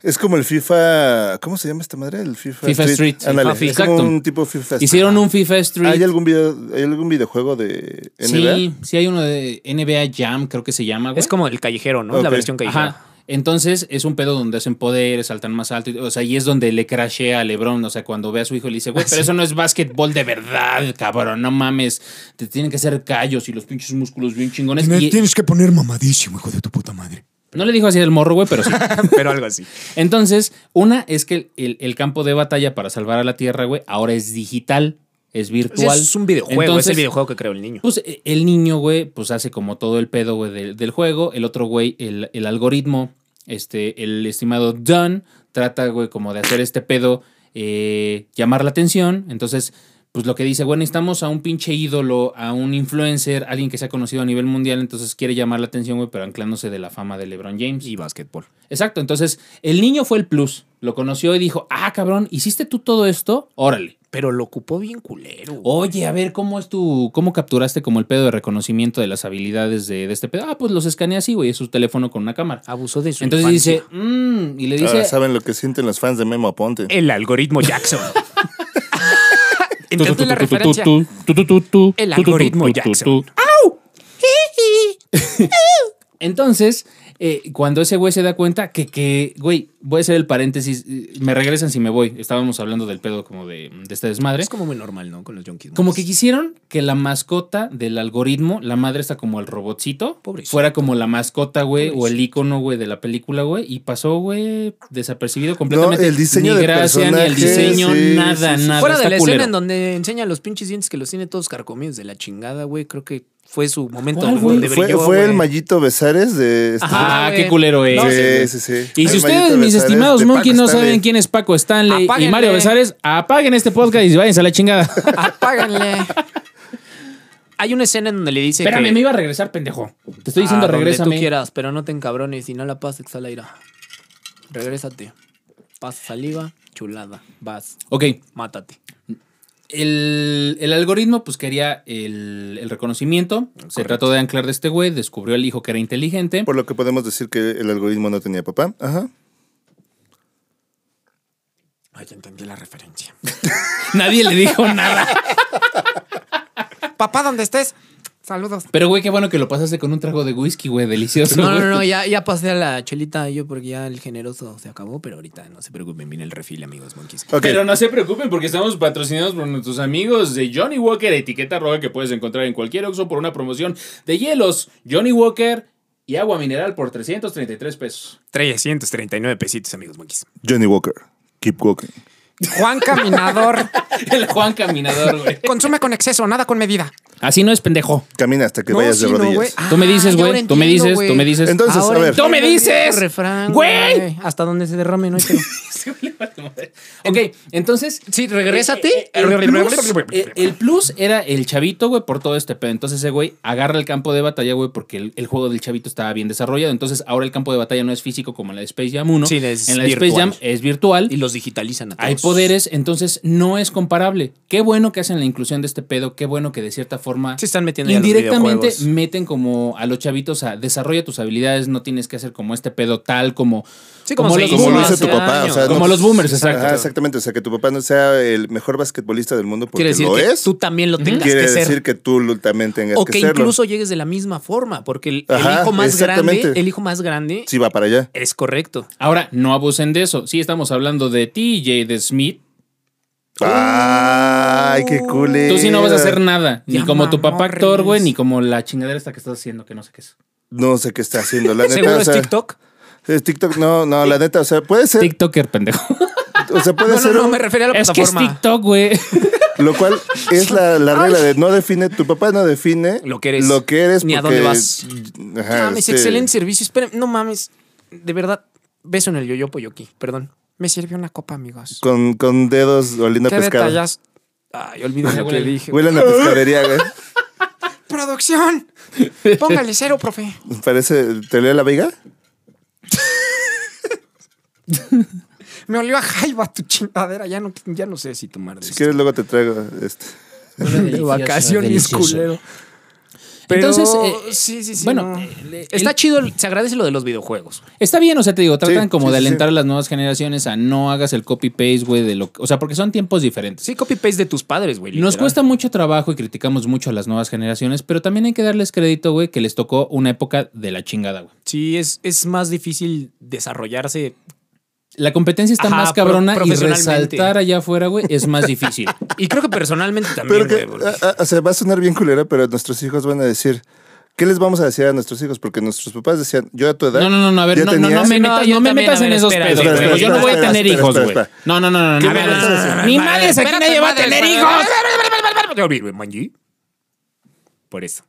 Es como el FIFA. ¿Cómo se llama esta madre? El FIFA,
FIFA Street.
Ándale,
FIFA,
es como
exacto.
un tipo FIFA Street. Ah,
Hicieron un FIFA Street.
¿Hay algún, video, ¿Hay algún videojuego de NBA?
Sí, sí hay uno de NBA Jam, creo que se llama, güey.
Es como el callejero, ¿no? La
Ok.
versión callejera.
Ajá. Entonces es un pedo donde hacen poderes, saltan más alto. y- O sea, y es donde le crashea a Lebron. O sea, cuando ve a su hijo le dice,
Ah,
güey, pero eso no es básquetbol de verdad, cabrón. No mames. Te tienen que hacer callos y los pinches músculos bien chingones. Y-
que poner mamadísimo, hijo de tu puta madre.
no le dijo así el morro, güey, pero sí.
Pero algo así.
Entonces, una es que el, el campo de batalla para salvar a la Tierra, güey, ahora es digital, es virtual.
Es un videojuego, es el
Entonces,
videojuego que creó el niño.
Pues eh, el niño, güey, pues hace como todo el pedo, güey, del, del juego. El otro, güey, el, el algoritmo, este, el estimado Dunn, trata, güey, como de hacer este pedo, eh, llamar la atención. Entonces, pues lo que dice, güey, necesitamos a un pinche ídolo, a un influencer, alguien que sea conocido a nivel mundial. Entonces quiere llamar la atención, güey, pero anclándose de la fama de LeBron James.
Y básquetbol.
Exacto, entonces el niño fue el plus. Lo conoció y dijo, ah, cabrón, ¿hiciste tú todo esto? Órale.
Pero lo ocupó bien culero. güey.
Oye, a ver, ¿cómo es tu. ¿Cómo capturaste como el pedo de reconocimiento de las habilidades de, de este pedo? Ah, pues los escanea así, güey, es su teléfono con una cámara.
Abusó de Ah, su
Entonces
infancia.
dice, mmm, y le
Ahora
dice. Eh,
saben lo que sienten los fans de Memo Aponte.
El algoritmo Jackson.
Entendí la referencia.
El algoritmo Jackson.
Entonces, eh, cuando ese güey se da cuenta que, que, güey, voy a hacer el paréntesis, eh, me regresan si me voy. Estábamos hablando del pedo como de, de este desmadre.
Es como muy normal, ¿no? Con los junkies.
Como que quisieron que la mascota del algoritmo, la madre está como el robotcito,
Pobrecito.
fuera como la mascota, güey, o el icono, güey, de la película, güey, y pasó, güey, desapercibido completamente.
el diseño
ni
de
gracia, ni el
personajes,
diseño,
sí,
nada,
sí, sí.
nada.
Fuera de
está
la
culero.
escena en donde enseña los pinches dientes que los tiene todos carcomidos de la chingada, güey. Creo que fue su momento
¿Cuál, güey?
donde
fue
brilló,
fue el
güey.
Mallito Besares de. este-
Ah,
Ah,
qué
güey.
culero es.
No,
sí, sí, sí.
Y
El
si
Mallito
ustedes, mis
Besares
estimados
de
monkeys,
Paco
no
Stanley.
saben quién es Paco Stanley y
Apáguenle.
Mario Besares, apaguen este podcast y váyanse a la chingada.
Apáganle.
Hay una escena en donde le dice
Espérame,
que...
me iba a regresar, pendejo. Te estoy diciendo,
a Ah, donde
regrésame.
tú quieras, pero no te encabrones y no la pases a la ira. Regrésate. Pasa saliva, chulada. Vas,
Ok,
mátate.
El, el algoritmo pues quería el, el reconocimiento, se trató de anclar de este güey, descubrió al hijo que era inteligente.
Por lo que podemos decir que el algoritmo no tenía papá. Ajá.
Ay, ya entendí la referencia.
Nadie le dijo nada.
Papá, donde estés, saludos.
Pero, güey, qué bueno que lo pasaste con un trago de whisky, güey, delicioso.
No, no,
güey.
no, ya, ya pasé a la chelita yo porque ya el generoso se acabó, pero ahorita no se preocupen, viene el refil, amigos monkeys.
Ok.
Pero no se preocupen porque estamos patrocinados por nuestros amigos de Johnny Walker, etiqueta roja que puedes encontrar en cualquier Oxxo por una promoción de hielos Johnny Walker y agua mineral por 333 pesos.
339 pesitos, amigos monkeys.
Johnny Walker, keep walking.
Juan Caminador,
El Juan Caminador, güey.
consume con exceso, nada con medida.
Así no es pendejo.
Camina hasta que
No,
vayas de
sí, no,
rodillas.
güey.
Tú me dices,
Ah, ya
güey.
ahora
tú me
entiendo,
dices,
güey.
tú me dices.
Entonces, a ver.
¡Tú me dices! ¡Güey!
Hasta donde se derrame, no hay pedo.
ok, entonces.
Sí, regrésate.
Eh, eh, El plus, eh, el plus era el chavito, güey, por todo este pedo. Entonces ese güey agarra el campo de batalla, güey, porque el, el juego del chavito estaba bien desarrollado. Entonces ahora el campo de batalla no es físico como en la de Space Jam 1.
Sí, es
en la de
virtual.
Space Jam es virtual.
Y los digitalizan a todos.
Hay poderes, entonces no es comparable. Qué bueno que hacen la inclusión de este pedo, qué bueno que de cierta forma
Se están metiendo ya los
indirectamente
videojuegos.
meten como a los chavitos a desarrolla tus habilidades, no tienes que hacer como este pedo tal como
Sí, como Ah, se
Como lo
Como
hizo
hace
tu papá.
años.
O sea, pues,
Como los boomers, exacto.
Ajá, exactamente. O sea, que tu papá no sea el mejor basquetbolista del mundo porque
Quiere decir
lo
que
es.
tú también lo tengas
Quiere
que ser.
decir que tú lo- también tengas
o
que,
que
serlo.
incluso llegues de la misma forma, porque el, el
Ajá,
hijo más grande,
exactamente.
el hijo más grande
Sí, va para allá.
es correcto.
Ahora, no abusen de eso. Sí, estamos hablando de ti, Jade Smith.
Oh.
Ay, qué cool.
Tú sí no vas a hacer nada. Ni
Ya
como tu papá
mamorres.
actor, güey, ni como la chingadera esta que estás haciendo, que no sé qué es.
No sé qué está haciendo. La neta,
Seguro
o sea,
es TikTok.
es TikTok, no, no, la neta, o sea, puede ser,
TikToker, pendejo.
o sea, puede
No, no,
ser,
no,
un-
me refería a la
Es que es
plataforma.
TikTok, güey.
lo cual es la, la regla de no define, tu papá no define
Lo que eres,
lo que eres
ni a
porque-
dónde vas.
Ajá, este,
mames,
Ah, sí.
excelente servicio. Espérame, no mames. De verdad, beso en el yoyo poyoki, perdón.
Me sirvió una copa, amigos.
Con, con dedos oliendo
Qué
a pescado.
detallas.
Ay, olvidé lo que
huele.
dije.
Huelen a pescadería, güey.
Producción, póngale cero, profe.
Parece, ¿te leo la vega?
Me olió a jaiba tu chingadera.
Ya no, ya no sé si tomar de
Si
esto.
quieres luego te traigo este.
De vacaciones, culero. Pero,
Entonces, eh,
sí, sí, sí.
bueno,
no.
eh,
está
el-
chido, se agradece lo de los videojuegos.
Está bien, o sea, te digo, tratan
Sí,
como
sí,
de
sí,
alentar a las nuevas generaciones a no hagas el copy-paste, güey, de lo que- O sea, porque son tiempos diferentes.
Sí, copy-paste de tus padres, güey.
Nos
literal.
cuesta mucho trabajo y criticamos mucho a las nuevas generaciones, pero también hay que darles crédito, güey, que les tocó una época de la chingada, güey.
Sí, es, es más difícil desarrollarse.
La competencia está
Ajá,
más
pro-
cabrona y
profesionalmente.
resaltar allá afuera, güey, es más difícil.
Y creo que personalmente también,
Pero que,
güey, porque-
a- a- o sea, va a sonar bien culera, pero nuestros hijos van a decir, ¿qué les vamos a decir a nuestros hijos? Porque nuestros papás decían, yo a tu edad.
No, no, no, no, a ver,
ya
no, no, no
tenía-
me,
Sí, no,
metas-
yo
no me
también,
metas
a
en
ver,
esos
espera,
pedos,
espera,
güey.
espera,
Yo no voy a
espera,
tener
espera,
hijos,
espera,
güey.
espera.
No, no, no, no, no. no,
me
no,
vas a
no,
decir?
no, Mi madre es aquí nadie va a tener hijos.
Por eso.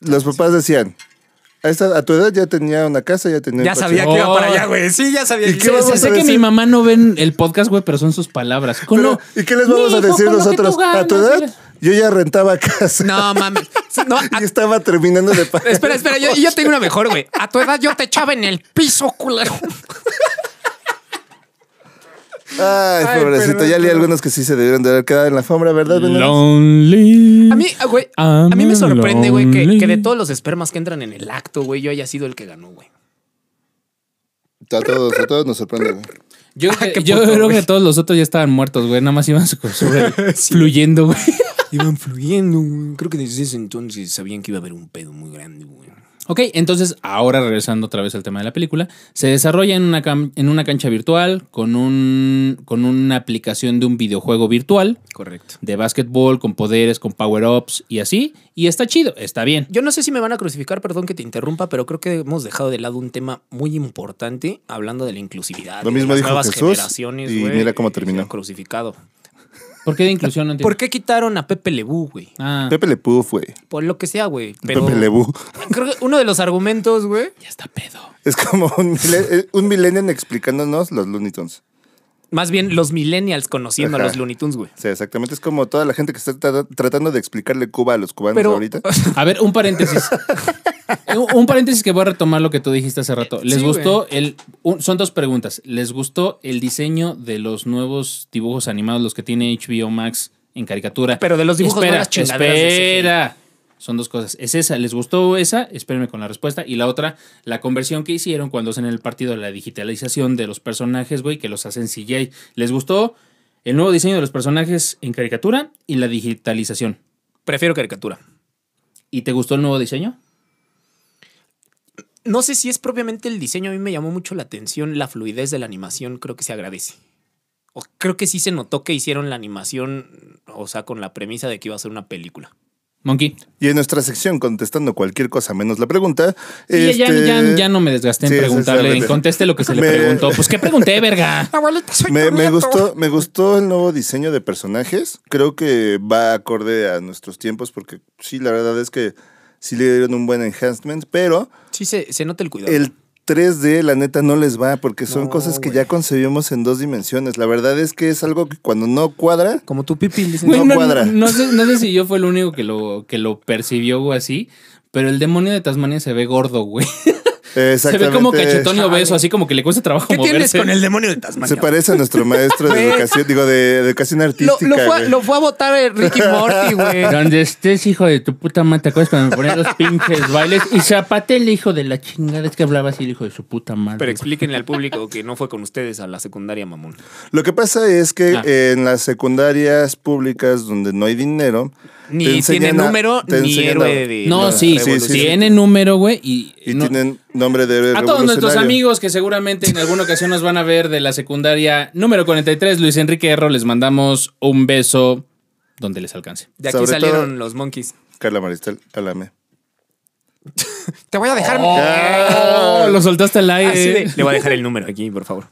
Los papás decían, a, esta- a tu edad ya tenía una casa, ya tenía. un
Ya
coche".
sabía que iba
Oh.
para allá, güey. Sí, ya sabía.
¿Y
que
qué vamos a
sé que
decir?
mi mamá no ven el podcast, güey, pero son sus palabras. Con
Pero,
lo-
¿Y qué les vamos
Mi
a
hijo,
decir
con lo que tú
nosotros? A tu
ganas,
edad, yo ya rentaba casa.
No, mames. Sí, No, a-
Y estaba terminando de pagar.
espera, espera. Yo, yo tengo una mejor, güey.
A tu edad yo te echaba en el piso, culero.
Ay, pobrecito, ya leí algunos que sí se debieron de haber quedado en la alfombra, ¿verdad? Venegas?
Lonely.
A mí, ah, güey, a mí me sorprende, güey, que, que de todos los espermas que entran en el acto, güey, yo haya sido el que ganó, güey.
A todos, a todos nos sorprende. güey.
Yo,
Ah, qué
yo
puto,
creo
güey.
que todos los otros ya estaban muertos, güey. Nada más iban su- sobre- fluyendo, güey.
Iban fluyendo, güey. Creo que desde ese entonces sabían que iba a haber un pedo muy grande, güey.
Ok, entonces ahora regresando otra vez al tema de la película, se desarrolla en una, cam- en una cancha virtual con, un, con una aplicación de un videojuego virtual
Correcto.
de básquetbol, con poderes, con power-ups y así. Y está chido, está bien.
Yo no sé si me van a crucificar, perdón que te interrumpa, pero creo que hemos dejado de lado un tema muy importante hablando de la inclusividad.
Lo
y de
mismo
las
dijo
nuevas
Jesús,
generaciones,
y
güey,
mira
y
cómo
se
terminó.
han Crucificado.
¿Por qué de inclusión no entiendo?
¿Por qué quitaron a Pepe Lebú, güey?
Ah,
Pepe Le Pew fue.
Por lo que sea, güey. Pero
Pepe Le Pew.
creo que uno de los argumentos, güey.
ya está pedo.
Es como un, mile- eh, un millennial explicándonos los Looney Tunes.
Más bien los millennials conociendo a
Ajá.
los Looney Tunes, güey.
O sea, exactamente. Es como toda la gente que está tra- tratando de explicarle Cuba a los cubanos
Pero-
ahorita.
A ver, un paréntesis. Un- un paréntesis que voy a retomar lo que tú dijiste hace rato. ¿Les
Sí,
gustó el. un- son dos preguntas. ¿Les gustó el diseño de los nuevos dibujos animados, los que tiene HBO Max en caricatura?
Pero de los dibujos no
espera,
las chingaderas de
Espera. Son dos cosas. Es esa, ¿les gustó esa? Espérenme con la respuesta. Y la otra, la conversión que hicieron cuando hacen el partido de la digitalización de los personajes, güey, que los hacen CGI. ¿Les gustó el nuevo diseño de los personajes en caricatura y la digitalización?
Prefiero caricatura.
¿Y te gustó el nuevo diseño?
No sé si es propiamente el diseño, a mí me llamó mucho la atención la fluidez de la animación, creo que se agradece. O creo que sí se notó que hicieron la animación, o sea, con la premisa de que iba a ser una película.
Monkey.
Y en nuestra sección, contestando cualquier cosa menos la pregunta.
Sí, ya-
este,
ya, ya, ya no me desgasté en
sí,
preguntarle,
exactamente.
en conteste lo que se le
Me-
preguntó. Pues, ¿qué pregunté, verga?
Abuelita, soy
Me,
tu
me
nieto.
gustó, me gustó el nuevo diseño de personajes. Creo que va acorde a nuestros tiempos, porque sí, la verdad es que sí le dieron un buen enhancement, pero
Sí, se, se nota el cuidado.
el 3D, la neta, no les va, porque son
No,
cosas que
güey.
ya concebimos en dos dimensiones. La verdad es que es algo que cuando no cuadra,
Como tu pipil, dicen.
Güey,
No
no,
cuadra.
no sé, no sé si yo fue el único que lo, que lo percibió o así, pero el demonio de Tasmania se ve gordo, güey. Se ve
exactamente.
como cachetón y obeso, así como que le cuesta trabajo
¿Qué tienes
moverse.
con el demonio de Tasmania?
Se parece a nuestro maestro de educación, digo, de educación
Lo,
artística.
lo fue, a-
güey.
lo fue a votar eh, Ricky Morty, güey.
Donde estés, hijo de tu puta madre, ¿te acuerdas cuando me ponían los pinches bailes? Y zapate el hijo de la chingada, es que hablaba así el hijo de su puta madre.
Pero explíquenle al público que no fue con ustedes a la secundaria, mamón.
Lo que pasa es que
Ah.
en las secundarias públicas donde no hay dinero.
Ni
te
tiene
enseñan a-
número,
te
ni
enseñan
héroe
a-
de-
no,
la
sí,
revolución. Sí, sí, sí.
tiene número, güey, y,
Y
no-
tienen nombre de héroe
A todos nuestros
revolucionario.
amigos que seguramente en alguna ocasión nos van a ver de la secundaria número 43, Luis Enrique Erro, les mandamos un beso donde les alcance.
De aquí
Sobre
salieron
todo-
los monkeys.
Carla Maristel, álame.
Te voy a dejar.
Oh, lo soltaste al aire.
Así de- Eh, le voy a dejar el número aquí, por favor.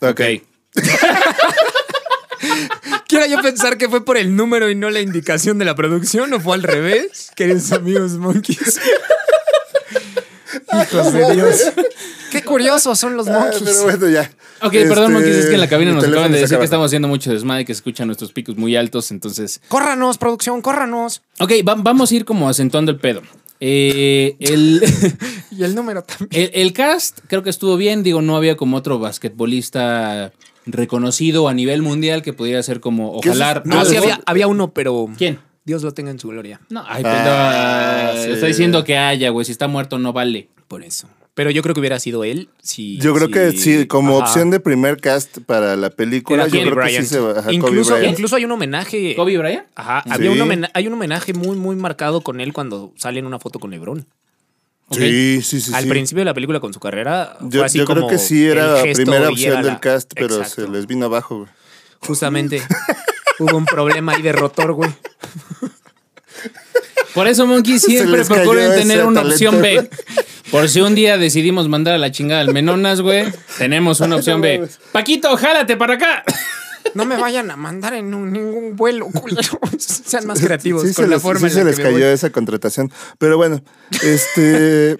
Ok.
Quiero yo pensar que fue por el número y no la indicación de la producción, o fue al revés. Queridos amigos monkeys. Hijos de Dios.
Qué curiosos son los
Ah,
monkeys.
pero bueno, ya.
Ok, perdón, Monquis, es que en la cabina
mi
nos acaban de
Este, teléfono se
decir que
acaba.
estamos haciendo mucho desmadre, que se escuchan nuestros picos muy altos, entonces...
Córranos, producción, córranos.
Ok, va- vamos a ir como acentuando el pedo. Eh, el,
Y el número también.
el, el cast creo que estuvo bien, digo, no había como otro basquetbolista reconocido a nivel mundial que pudiera ser como
¿Qué es-
ojalá...
No, sí
algo.
había, había uno, pero.
¿Quién?
Dios lo tenga en su gloria.
No, ay,
Ah,
pendejo.
sí.
Está diciendo que haya, güey. Si está muerto, no vale.
Por eso. Pero yo creo que hubiera sido él si.
Yo creo
si-
que sí, como
Ajá.
opción de primer cast para la película,
Era
yo
Kobe
creo que sí
Bryant.
se va. ajá, Kobe
incluso,
Bryant.
incluso hay un homenaje.
¿Kobe Bryant?
Ajá, había
Sí.
un homena- hay un homenaje muy, muy marcado con él cuando sale en una foto con Lebron.
Ok.
Sí, sí, sí.
Al
sí.
principio de la película con su carrera. fue
Yo,
así
yo creo
como
que sí era
el
la
gesto
primera
y era
opción del
la-
cast, pero
Exacto.
se les vino abajo, güey.
Justamente. Hubo un problema ahí de rotor, güey.
Por eso, Monkey, siempre
les cayó
procuren
ese
tener una
talento.
opción B. Por si un día decidimos mandar a la chingada al Menonas, güey, tenemos una opción B. Paquito, jálate para acá.
No me vayan a mandar en un- ningún vuelo, culeros. Sean más
creativos
Sí,
con
se
la
les,
forma
sí
en
se
la
les
que me
cayó esa contratación. Pero bueno, este.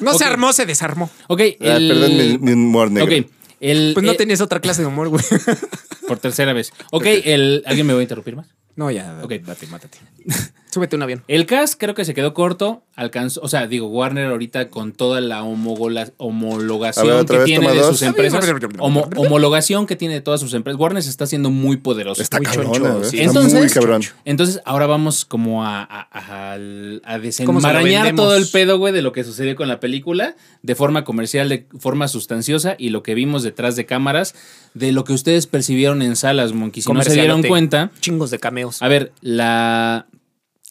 No se armó, se desarmó.
Ok,
Ah,
el-
perdón, mi, mi humor negro.
Ok. El,
Pues no
eh,
tenías otra clase de humor, güey.
Por tercera vez. Ok, el. ¿Alguien me va a interrumpir más?
No, ya.
Ok.
date, mátate. Súbete a un avión.
El cast creo que se quedó corto. Alcanzó, o sea, digo, Warner ahorita con toda la homogola- homologación
A ver, otra
que
vez,
tiene
toma
de
dos.
sus empresas. homo- homologación que tiene de todas sus empresas. Warner se está haciendo muy poderoso.
Está
muy
cabrona,
choncho,
¿eh?
sí.
Está
Entonces,
muy cabrón.
entonces, ahora vamos como a, a- a- al- a desenmarañar
vendemos?
todo el pedo, güey, de lo que sucedió con la película, de forma comercial, de forma sustanciosa, y lo que vimos detrás de cámaras, de lo que ustedes percibieron en salas, Monkey. Si no se dieron
Comercialote.
cuenta.
Chingos de cameos.
A ver, la,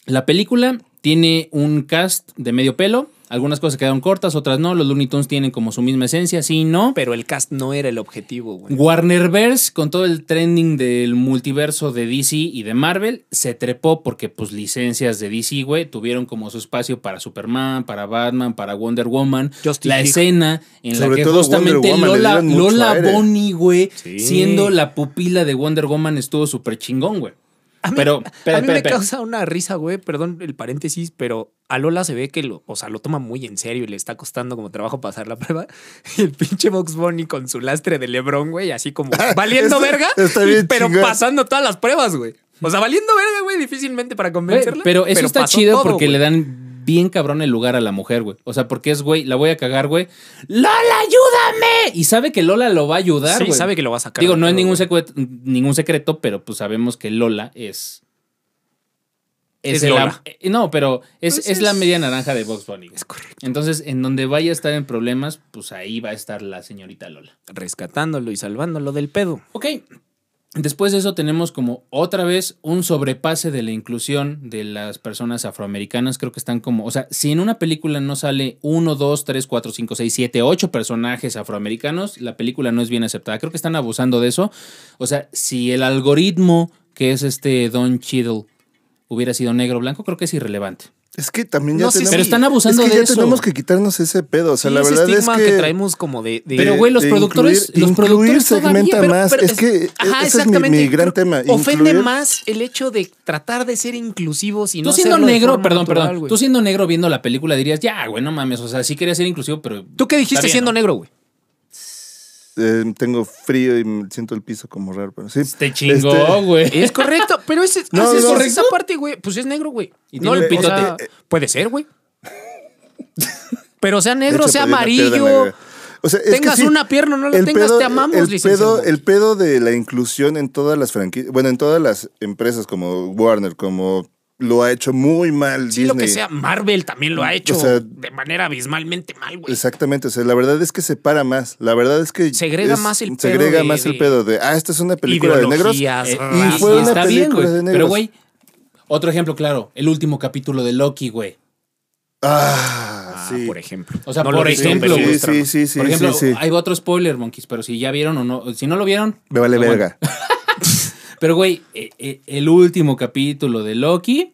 la película tiene un cast de medio pelo. Algunas cosas quedaron cortas, otras no. Los Looney Tunes tienen como su misma esencia, sí, no.
Pero el cast no era el objetivo, güey.
Warnerverse, con todo el trending del multiverso de DC y de Marvel, se trepó porque, pues, licencias de DC, güey, tuvieron como su espacio para Superman, para Batman, para Wonder Woman.
Justice
la
League.
escena en la
Sobre
que
todo
justamente
Wonder Woman, le
Lola,
dieron mucho
Lola
aire.
Bonnie, güey,
Sí.
siendo la pupila de Wonder Woman, estuvo súper chingón, güey.
A mí,
Pero,
a
espera,
mí
espera,
me
espera.
causa una risa, güey, perdón el paréntesis, pero a Lola se ve que lo, o sea, lo toma muy en serio y le está costando como trabajo pasar la prueba. Y el pinche Box Bunny con su lastre de Lebron, güey, así como valiendo
está-
verga,
está
y-
bien
pero
chingón.
pasando todas las pruebas, güey. O sea, valiendo verga, güey, difícilmente para
Güey,
convencerla.
pero eso está
pasó
chido
todo,
porque
güey.
le dan bien cabrón el lugar a la mujer, güey. O sea, porque es, güey, la voy a cagar, güey. ¡Lola, ayúdame! Y sabe que Lola lo va a ayudar,
Sí,
güey.
sabe que lo va a sacar.
Digo,
de
no es
pedo,
ningún
güey.
secreto, ningún secreto, pero pues sabemos que Lola es
Es
el
Lola.
am- eh, No, pero es,
Pues
es la
es-
media naranja de Box Bunny.
Es correcto.
Entonces, en donde vaya a estar en problemas, pues ahí va a estar la señorita Lola.
Rescatándolo y salvándolo del pedo.
Ok. Después de eso tenemos como otra vez un sobrepase de la inclusión de las personas afroamericanas. Creo que están como, o sea, si en una película no sale 1, 2, 3, 4, 5, 6, 7, 8 personajes afroamericanos, la película no es bien aceptada. Creo que están abusando de eso. O sea, si el algoritmo que es este Don Cheadle hubiera sido negro o blanco, creo que es irrelevante.
Es que también ya
No, sí,
tenemos.
pero
están abusando
es que
de
ya
eso.
tenemos que quitarnos ese pedo. O sea,
Sí,
la
ese
verdad es
estigma
que.
que, traemos como de... de-
Pero, güey, los productores- los
incluir
productores
segmenta
todavía, pero-
más.
pero
es que e-,
ajá,
ese es mi,
exactamente.
mi gran
Creo-
tema.
Ofende
incluir-
más el hecho de tratar de ser inclusivos y no
Tú siendo
hacerlo de
negro,
forma
perdón,
natural,
perdón.
güey.
Tú siendo negro viendo la película dirías, ya, güey, no mames. O sea, sí quería ser inclusivo, pero.
¿Tú qué dijiste
Está bien,
siendo
¿no?
negro, güey?
Eh, tengo frío y me siento el piso como raro, pero sí.
Te chingó,
Este,
güey.
Es correcto, pero ese,
No,
haces
no.
esa parte, güey. Pues es negro, güey.
Y
No,
tiene
le
un pitote.
eh,
puede ser, güey. Pero sea negro,
de hecho,
sea
perdí una piedra en la
amarillo.
vida. O sea, es
tengas
que sí,
una pierna o no la
el
tengas,
pedo-
te amamos,
el
licenciado.
Pedo, el pedo de la inclusión en todas las franquicias, bueno, en todas las empresas como Warner, como lo ha hecho muy mal
sí,
Disney.
lo que sea. Marvel también lo ha hecho
O sea,
de manera abismalmente mal, güey.
Exactamente, o sea, la verdad es que separa más. La verdad es que
Segrega
es-
más el pedo
segrega
de-
más
de-
el pedo de ah, esta es una película de negros.
Ideologías,
Eh,
Y
razas.
fue una
está bien,
película
güey.
de negros.
Pero, güey, otro ejemplo claro. El último capítulo de Loki, güey.
Ah,
Ah,
sí.
por ejemplo.
O sea,
No lo
por
he visto,
ejemplo,
sí,
güey.
sí, sí, sí,
por ejemplo,
sí, sí.
hay otro spoiler, monkeys, pero si ya vieron o no, si no lo vieron.
Me vale
no, bueno.
verga.
Pero, güey, eh, eh, el último capítulo de Loki.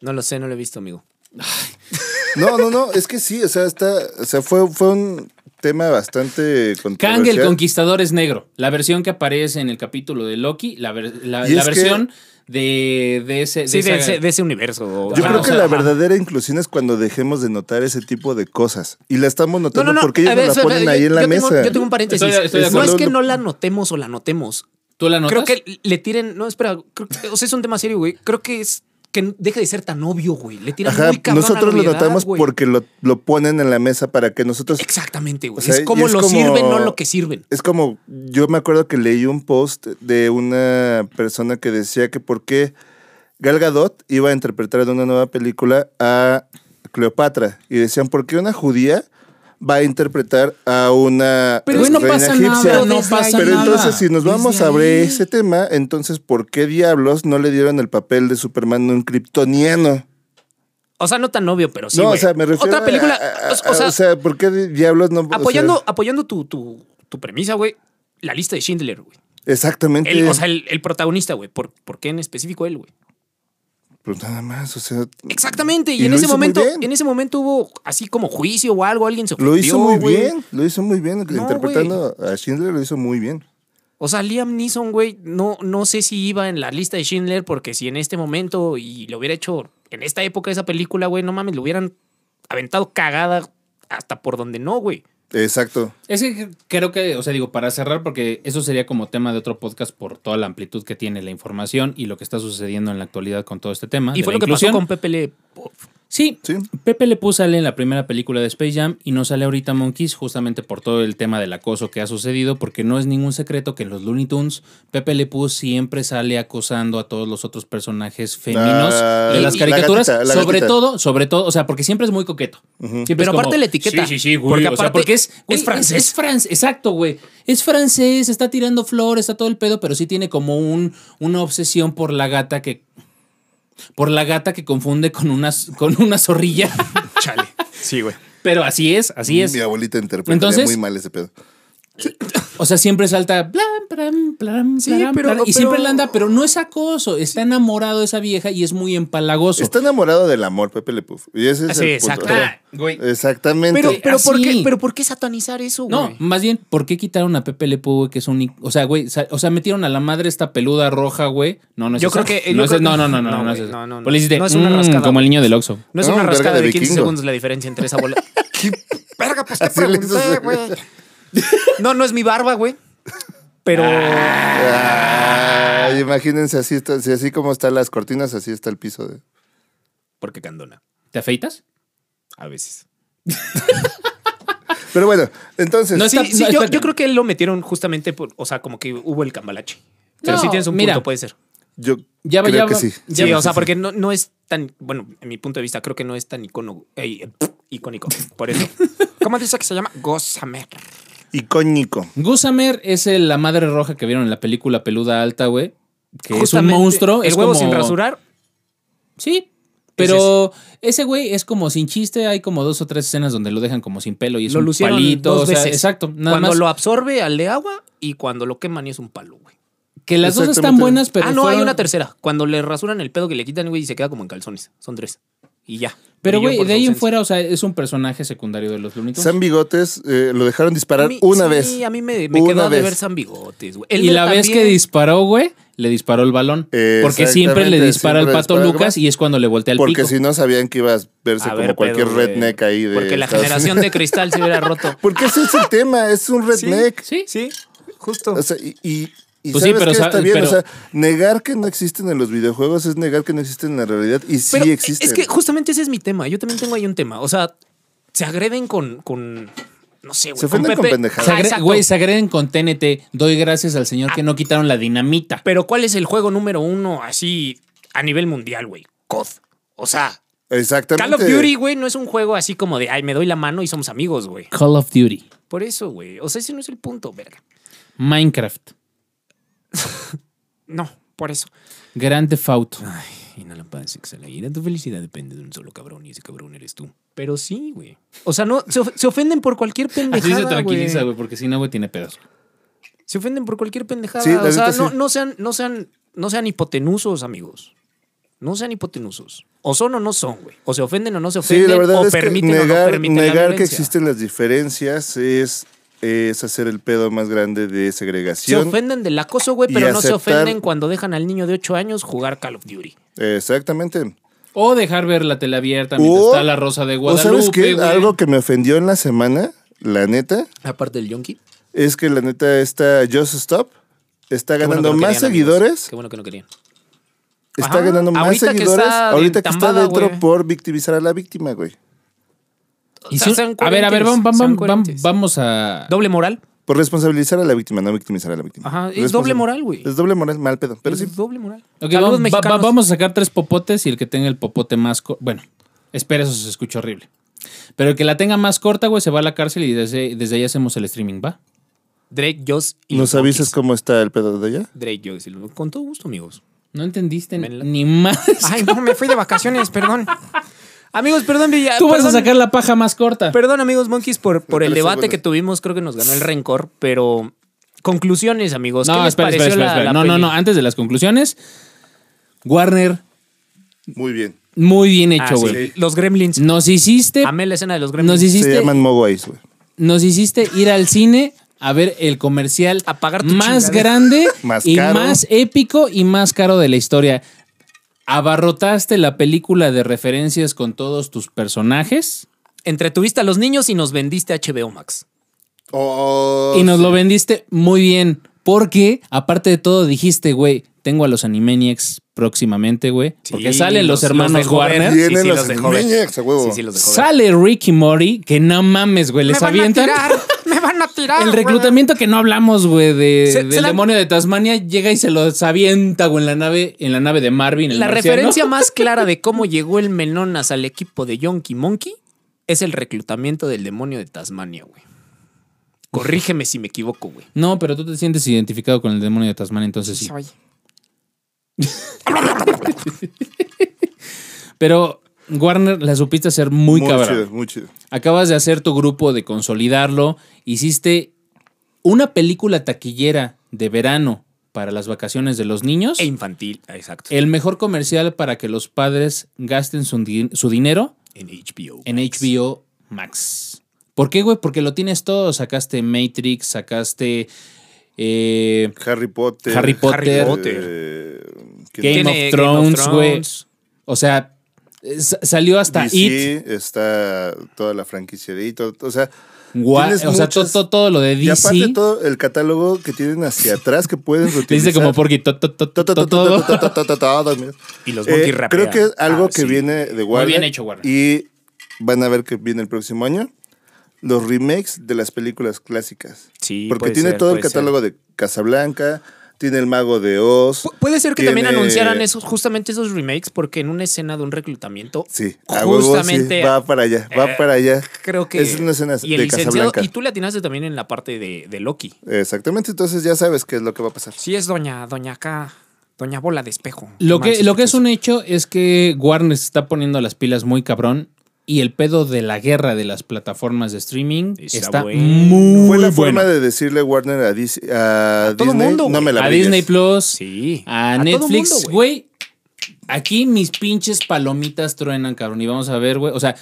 No lo sé, no lo he visto, amigo.
No, no, no, es que sí, o sea, está, o sea, fue, fue un tema
Kang
bastante
el
controversial.
Conquistador es negro. La versión que aparece en el capítulo de Loki, la, ver- la-
Y
la
es que-
versión de, de ese. de
Sí, de,
esa-
ese, de ese universo.
Yo
Ajá,
creo
o
que
sea,
la
ajá.
verdadera inclusión es cuando dejemos de notar ese tipo de cosas. Y la estamos notando porque ellos
a
nos
ver,
la
espera,
ponen
yo-
ahí en la
yo
mesa.
Tengo, yo tengo un paréntesis.
Estoy- estoy de
no
acuerdo.
es que no la notemos o la notemos.
¿Tú la notas?
Creo que le tiren. No, espera. Creo que, o sea, es un tema serio, güey. Creo que es que deje de ser tan obvio, güey. Le tiran
Ajá,
muy cabrón.
nosotros
a la
lo
obviedad,
notamos
güey.
porque lo, lo ponen en la mesa para que nosotros
Exactamente, güey.
O sea,
es
y
como
es
lo
como-
sirven, no lo que sirven.
Es como, yo me acuerdo que leí un post de una persona que decía que por qué Gal Gadot iba a interpretar en una nueva película a Cleopatra. Y decían, ¿por qué una judía va a interpretar a una
Pero güey, no
reina
pasa
egipcia?
nada, no pasa
Pero
nada.
entonces, si nos
Desde
vamos a
ahí.
ver ese tema, entonces, ¿por qué diablos no le dieron el papel de Superman a un kryptoniano?
O sea, no tan obvio, pero sí.
no, o
güey.
sea, me refiero
Otra
a-
película.
a-
o- o
a-
sea,
¿por qué diablos no? o sea,
apoyando, apoyando tu, tu, tu premisa, güey. La lista de Schindler, güey.
exactamente.
El- O sea, el, el protagonista, güey. ¿Por, ¿Por qué en específico él, güey?
Pues nada más, o sea.
Exactamente. Y,
Y
en
lo
ese
hizo muy
momento,
bien.
en ese momento hubo así como juicio o algo, alguien se
Lo hizo
ofendió,
muy
güey.
bien, lo hizo muy bien,
güey.
interpretando a Schindler lo hizo muy bien.
O sea, Liam Neeson, güey, no, no sé si iba en la lista de Schindler, porque si en este momento y lo hubiera hecho en esta época esa película, güey, no mames, lo hubieran aventado cagada hasta por donde no, güey.
Exacto.
Es que creo que, o sea, digo, para cerrar, porque eso sería como tema de otro podcast por toda la amplitud que tiene la información y lo que está sucediendo en la actualidad con todo este tema.
Y
de
fue
la
lo que pasó
inclusión.
con Pepe Le.
Sí,
Sí.
Pepe Le Pew sale en la primera película de Space Jam y no sale ahorita Monkeys justamente por todo el tema del acoso que ha sucedido, porque no es ningún secreto que en los Looney Tunes Pepe Le Pew siempre sale acosando a todos los otros personajes femeninos
Ah,
de
y-
las
la
caricaturas,
gatita, la
sobre
gatita.
todo, sobre todo, o sea, porque siempre es muy coqueto. Siempre
Pero
es como,
aparte la etiqueta.
Sí, sí, sí, güey,
Porque
o sea,
aparte-
porque es,
güey,
es francés.
es-
Es, francés, exacto, güey. Es francés, está tirando flores, está todo el pedo, pero sí tiene como un, una obsesión por la gata que por la gata que confunde con una, con una zorrilla.
Chale. Sí, güey.
Pero así es, así es.
Mi abuelita interpretaría
Entonces-
muy mal ese pedo.
O sea, siempre salta blam, blam, blam,
Sí,
blam,
pero-
blam, y
pero-
siempre la anda, pero no es acoso. Está enamorado de esa vieja y es muy empalagoso.
Está enamorado del amor, Pepe Le Pew. Y ese es
Sí,
el
exacto.
punto.
Ah,
güey.
Exactamente.
Pero,
Sí,
pero, ¿por
así.
qué, pero ¿por qué satanizar eso, güey?
No, más bien, ¿por qué quitaron a Pepe Le Pew, güey, que es un... O sea, güey, sa- o sea, metieron a la madre esta peluda roja, güey. No, no es
Yo
esa.
creo que- eh, yo
No, es-
creo que-
no, no, no, no,
no,
no,
güey,
es esa.
no, no, no.
Pues le hiciste,
No es una
"Mm",
rascada,
como el
güey.
niño del Oxxo.
No es
No,
una
verga
rascada
de
de 15
vikingo.
segundos la diferencia entre esa bola.
Verga, pues te
Así le
pregunté,
hizo-
güey.
No, no es mi barba, güey. Pero. Ah,
Ay, imagínense así está, si así como están las cortinas, así está el piso de.
Porque candona.
¿Te afeitas?
A veces.
Pero bueno, entonces
No es-
Sí,
Está-
sí, yo,
espérate.
yo creo que lo metieron justamente por. O sea, como que hubo el cambalache. Pero
No,
sí tienes un
mira.
punto, puede ser.
Yo
Ya va-
creo
ya
que
va-
sí.
ya
Sí,
Sí, o
sí,
sea,
sí.
porque no, no es tan, bueno, en mi punto de vista, creo que no es tan icono, eh, icónico. Por eso.
¿Cómo dice que se llama? Gózame.
Icónico.
Gossamer es el- la madre roja que vieron en la película Peluda Alta, güey. Que es un
Justamente,
monstruo.
El
es
huevo
como-
sin rasurar.
Sí. Pero ese güey es como sin chiste. Hay como dos o tres escenas donde lo dejan como sin pelo y es
Lo
un
lucieron
palito.
dos
o sea,
veces.
exacto. Nada
cuando
más
lo absorbe al de agua y cuando lo queman y es un palo, güey.
que las dos están
Exactamente.
buenas, pero
ah, no, hay
fueron-
una tercera. Cuando le rasuran el pedo que le quitan, güey, y se queda como en calzones. Son tres. Y ya.
Pero
Brilló
güey,
por
de
su
ahí en
ausencia.
fuera, o sea, es un personaje secundario de los Looney Tunes.
San Bigotes eh, lo dejaron
A
disparar
mí-
una
sí,
vez.
a mí me, me
Una
quedó de
vez.
ver San Bigotes, güey.
Y la vez que
dice
disparó, güey, le disparó el balón. Porque siempre le
Exactamente,
dispara al
siempre
pato
le dispara el
Lucas
balón.
y es cuando le voltea el
Porque
pico.
si no sabían que ibas a verse
A
como
ver,
cualquier
pedo, güey.
redneck ahí de.
Porque la
Estados
generación
Unidos.
de cristal se hubiera roto.
Porque ese es el tema, es un redneck.
Sí.
Sí, justo.
O sea, y. y y
Pues sí,
sabes
pero
que
sa-
está bien,
pero-
o sea, negar que no existen en los videojuegos es negar que no existen en la realidad y sí
Pero
existen.
es que justamente ese es mi tema. Yo también tengo ahí un tema. O sea, se agreden con. con no sé, güey.
Se ofenden con
Pepe.
pendejadas.
Se
Ajá,
agre-
Ah, exacto.
Güey, se agreden con TNT. Doy gracias al señor que no quitaron la dinamita.
Pero ¿cuál es el juego número uno así a nivel mundial, güey? COD. O sea,
Exactamente.
Call of Duty, güey, no es un juego así como de, ay, me doy la mano y somos amigos, güey.
Call of Duty.
Por eso, güey. O sea, ese no es el punto, verga.
Minecraft.
No, por eso.
Grand Theft Auto.
Ah, Inhala paz, exhala ira. Tu felicidad depende de un solo cabrón y ese cabrón eres tú. Pero sí, güey. O sea, no, se, of- se ofenden por cualquier pendejada.
Así se tranquiliza,
güey.
güey, porque si no, güey, tiene pedos.
Se ofenden por cualquier pendejada.
Sí, la
o sea,
neta,
no,
sí.
no sean, no sean, no sean hipotenusos, amigos. No sean hipotenusos. O son o no son, güey. O se ofenden o no se
Sí,
ofenden.
la
o
verdad es que
permiten o no
negar,
permiten la
negar que
violencia.
existen las diferencias es, es hacer el pedo más grande de
Se
segregación.
ofenden del acoso, güey,
y
pero no se
aceptar-
ofenden cuando dejan al niño de 8 años jugar Call of Duty.
Exactamente.
O dejar ver la tele abierta mientras
O-
está la rosa de Guadalupe.
¿O sabes qué?
güey.
Algo que me ofendió en la semana, la neta,
Aparte del Yonki.
es que la neta esta Just Stop está ganando más seguidores.
Qué bueno que no querían.
Está
Ajá,
ganando más
ahorita que
seguidores
está de
ahorita que está
entambada,
dentro
güey.
por victimizar a la víctima, güey.
Y
O sea,
si-
sean
a ver, a ver, vam- vam-
coherentes, sean
vam-
coherentes.
vamos a.
Doble moral.
Por responsabilizar a la víctima, no victimizar a la víctima.
Ajá, es
Responsa-
doble moral, güey.
Es doble moral, mal pedo. Pero
Es
sí,
Doble moral.
Ok,
Saludos,
vam- va- va-
mexicanos.
vamos a sacar tres popotes y el que tenga el popote más corto. Bueno, espera, eso se escucha horrible. Pero el que la tenga más corta, güey, se va a la cárcel y desde, desde ahí hacemos el streaming, ¿va?
Drake, Joss y
¿nos
los
avisas
Yonkis.
cómo está el pedo de allá?
Drake, Joss y los- Con todo gusto, amigos.
No entendiste
Venla.
ni más.
Ay, no, me fui de vacaciones, perdón.
Amigos, perdón, Villa.
Tú vas a
Ah, perdón-
sacar la paja más corta.
Perdón, amigos Monkeys, por, por el
tres
debate
segundos.
que tuvimos. Creo que nos ganó el rencor, pero. Conclusiones, amigos. ¿Qué
no,
les
espera, espera,
pareció
espera.
la-
espera.
la
no, no,
peli?
no. Antes de las conclusiones, Warner,
Muy bien.
muy bien
Ah,
hecho,
sí.
güey.
Los Gremlins.
Nos hiciste.
Amé la escena de los Gremlins.
Nos
Se
hiciste,
llaman Moways, güey.
nos hiciste ir al cine a ver el comercial
A pagar tu
más
chingadera.
grande
Más
y
caro.
más épico y más caro de la historia. Abarrotaste la película de referencias con todos tus personajes
Entretuviste a los niños y nos vendiste HBO Max.
Oh,
y nos lo vendiste muy bien. Porque, aparte de todo, dijiste, güey, tengo a los Animaniacs próximamente, güey. Porque
Sí,
salen los,
los-
hermanos
los de Warner.
Warner.
Sí,
Vienen
sí,
los
los dejó ver.
Animaniacs, a huevo.
Sí, sí, los dejó ver.
Sale Ricky Mori, que no mames, güey, les
me van a
avientan.
tirar, me van a tirar.
El
güey.
reclutamiento que no hablamos, güey, de,
Ah, Se-
del
se la-
demonio de Tasmania llega y se los avienta, güey, en la nave, en la nave de Marvin. el
La
marciano.
referencia más clara de cómo llegó el Menonas al equipo de Yonky Monkey es el reclutamiento del demonio de Tasmania, güey. Corrígeme si me equivoco, güey.
No, pero tú te sientes identificado con el demonio de Tasmania, entonces sí.
Soy.
Pero Warner la supiste hacer muy,
muy
cabrón.
chido, muy chido.
Acabas de hacer tu grupo, de consolidarlo. Hiciste una película taquillera de verano para las vacaciones de los niños.
E infantil, ah, exacto.
Eh,
El mejor comercial para que los padres gasten su, di- su dinero
en HBO.
en HBO Max. ¿Por qué, güey? Porque lo tienes todo. Sacaste Matrix, sacaste eh,
Harry Potter.
Harry Potter,
Potter.
Eh, ¿quién
Game,
Tiene
of
Game of
Thrones, güey.
Thrones.
O sea, es- salió hasta It,
DC, está toda la franquicia de It, o- o sea,
Wa-
Tienes
o sea, to-
muchas-
to- todo lo de
y aparte
DC.
todo el catálogo que tienen hacia atrás que pueden
Dice
utilizar.
como porque to- to- to-
To-
to-
to- to-
todo.
to- to- to- to- to- todo, mira.
Y los
Eh,
Monkey
Creo
rapean.
que es algo
Ah,
que
sí.
viene de Warner.
bien hecho, Warner.
Y van a ver que viene el próximo año. Los remakes de las películas clásicas.
Sí,
Porque
puede
tiene
ser,
todo el
puede ser.
catálogo de Casablanca, tiene el mago de Oz.
Pu- puede ser que también
tiene-
anunciaran esos, justamente esos remakes, porque en una escena de un reclutamiento,
Sí, a huevo, sí,
Justamente-
va para allá, va
Eh,
para allá.
creo que.
Es una escena
y el
de
licenciado-
Casablanca.
Y tú le atinaste también en la parte de, de Loki.
Exactamente, entonces ya sabes qué es lo que va a pasar.
Sí, es doña, doña acá, doña bola de espejo.
Lo que,
Manches,
lo que es un hecho es que Warner se está poniendo las pilas muy cabrón y el pedo de la guerra de las plataformas de streaming
Está
está,
bueno.
muy
Fue la
bueno.
forma de decirle Warner a, Dis- a
todo
Disney,
mundo,
no
güey.
me la
a
brilles.
Disney Plus,
Sí.
a,
todo
Netflix,
mundo,
güey. Aquí mis pinches palomitas truenan, cabrón. Y vamos a ver, güey. O sea,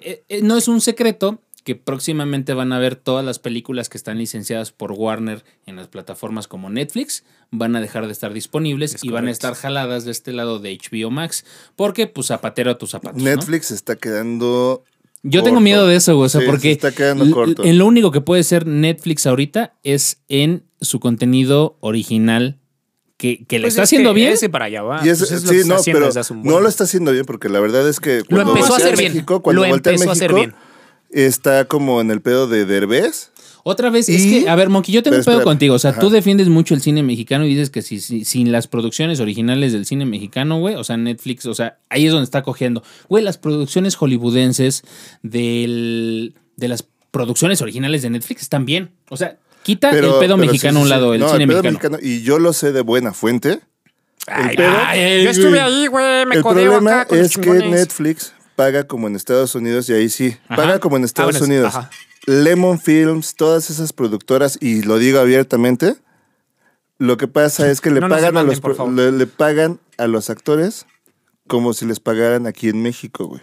eh, eh, no es un secreto que próximamente van a ver todas las películas que están licenciadas por Warner en las plataformas como Netflix, van a dejar de estar disponibles
Es
y van a
correcto.
estar jaladas de este lado de HBO Max, porque pues zapatero a tus zapatos. ¿no?
Netflix está quedando.
Yo tengo
corto.
miedo de eso, güey, o sea,
Sí, se
porque
está quedando
l-
corto.
en lo único que puede ser Netflix ahorita es en su contenido original que, que le
Pues
está
es
haciendo
que
bien.
Ese para allá va.
Y es-
Pues es lo que
sí,
está
no,
haciendo
pero
desde hace un buen-
no lo está haciendo bien porque la verdad es que
Lo
cuando
empezó a
voltea
hacer bien.
México, cuando
Lo
voltea a
empezó a hacer
México, está como en el pedo de Derbez.
Otra vez,
Y-
es que, a ver, Monkey, yo tengo
Pero
un pedo
espérame.
contigo. O sea,
Ajá.
tú defiendes mucho el cine mexicano y dices que si, si- sin las producciones originales del cine mexicano, güey, o sea, Netflix, o sea, ahí es donde está cogiendo. Güey, las producciones hollywoodenses del, de las producciones originales de Netflix están bien. O sea, quita
Pero,
el pedo
pero
mexicano a
sí, sí,
un lado,
sí.
el
No,
cine
pedo
mexicano.
Y yo lo sé de buena fuente.
Ay,
pedo-
ay,
Yo estuve ahí, güey, me
el
codeo
problema
acá con
es
los
que
chingones.
Netflix paga como en Estados Unidos y ahí sí,
Ajá.
paga como en Estados
bueno, sí,
Unidos.
ajá.
Lemon Films, todas esas productoras, y lo digo abiertamente, lo que pasa es que le
No nos
pagan a
demanden,
los
por
pro-
favor.
le, le pagan a los actores como si les pagaran aquí en México, güey.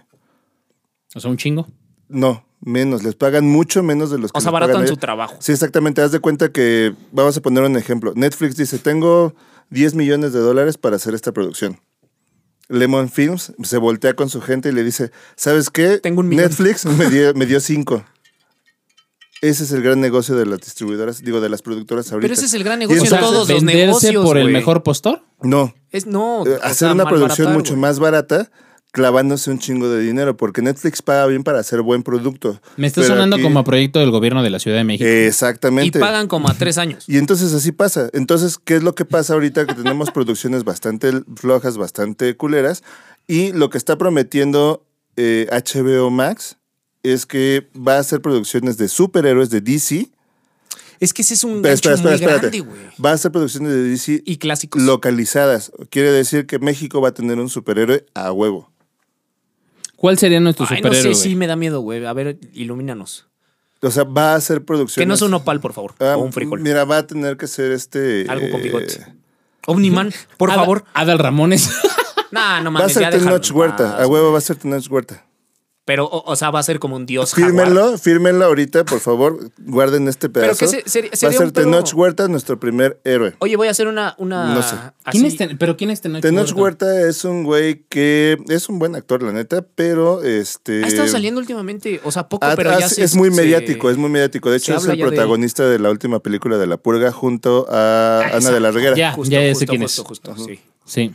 O sea, un chingo.
No, menos, les pagan mucho menos de los que
O sea,
les pagan
abaratan
allá.
su trabajo.
Sí, exactamente. Haz de cuenta que, vamos a poner un ejemplo. Netflix dice, tengo 10 millones de dólares para hacer esta producción. Lemon Films se voltea con su gente y le dice, ¿sabes qué?
Tengo un millón".
Netflix me dio, me dio cinco. Ese es el gran negocio de las distribuidoras, digo, de las productoras ahorita.
Pero ese es el gran
Y
negocio de
entonces-
todos los
venderse
negocios.
por el
güey.
mejor postor.
No,
Es, no.
eh,
o
hacer
sea,
una producción
malbaratar,
mucho
güey.
más barata clavándose un chingo de dinero, porque Netflix paga bien para hacer buen producto.
Me está
Pero
sonando
aquí- Eh,
como a proyecto del gobierno de la Ciudad de México.
Y
Exactamente.
pagan como a tres años.
Y entonces así pasa. Entonces, ¿qué es lo que pasa ahorita? Que tenemos producciones bastante flojas, bastante culeras. Y lo que está prometiendo eh, HBO Max es que va a hacer producciones de superhéroes de DC.
Es que ese es un
Pero
gancho
espera, espera,
muy
espérate.
grande, güey.
Va a hacer producciones de DC
Y clásicos.
localizadas. Quiere decir que México va a tener un superhéroe a huevo.
¿Cuál sería nuestro
Ay, no
superhéroe?
sé,
güey?
sí me da miedo, güey. A ver, ilumínanos.
O sea, va a hacer producciones.
Que no es un opal, por favor.
Ah,
o un frijol.
Mira, va a tener que ser este.
Algo con
eh,
bigote. Omniman, por
Adal-
favor.
Adal Ramones.
Nah, no
Va a
mames,
ser
ya déjalo
Tenoch
en
Huerta.
paz,
A huevo va a ser Tenoch Huerta.
Pero, o, o sea, va a ser como un dios jaguar.
Fírmenlo, fírmenlo ahorita, por favor. Guarden este pedazo.
que se- sería-
Va a
sería un
ser
pedo-
Tenoch Huerta nuestro primer héroe.
Oye, voy a hacer una... una
No sé.
¿Quién es
así-
Ten- ¿Pero quién es Tenoch
Tenoch Huerta es un güey que es un buen actor, la neta, pero este.
Ha estado saliendo últimamente, o sea, poco,
Ah,
pero
ah,
ya
sí,
se-
es muy
se-
mediático, es muy mediático. De hecho,
se
es
habla
el
ya de él.
protagonista de... la última película de La Purga junto a
Ah,
Ana de la Reguera.
Ya,
Justo,
ya, ya
justo,
sé quién
justo,
es.
justo, sí.
Sí.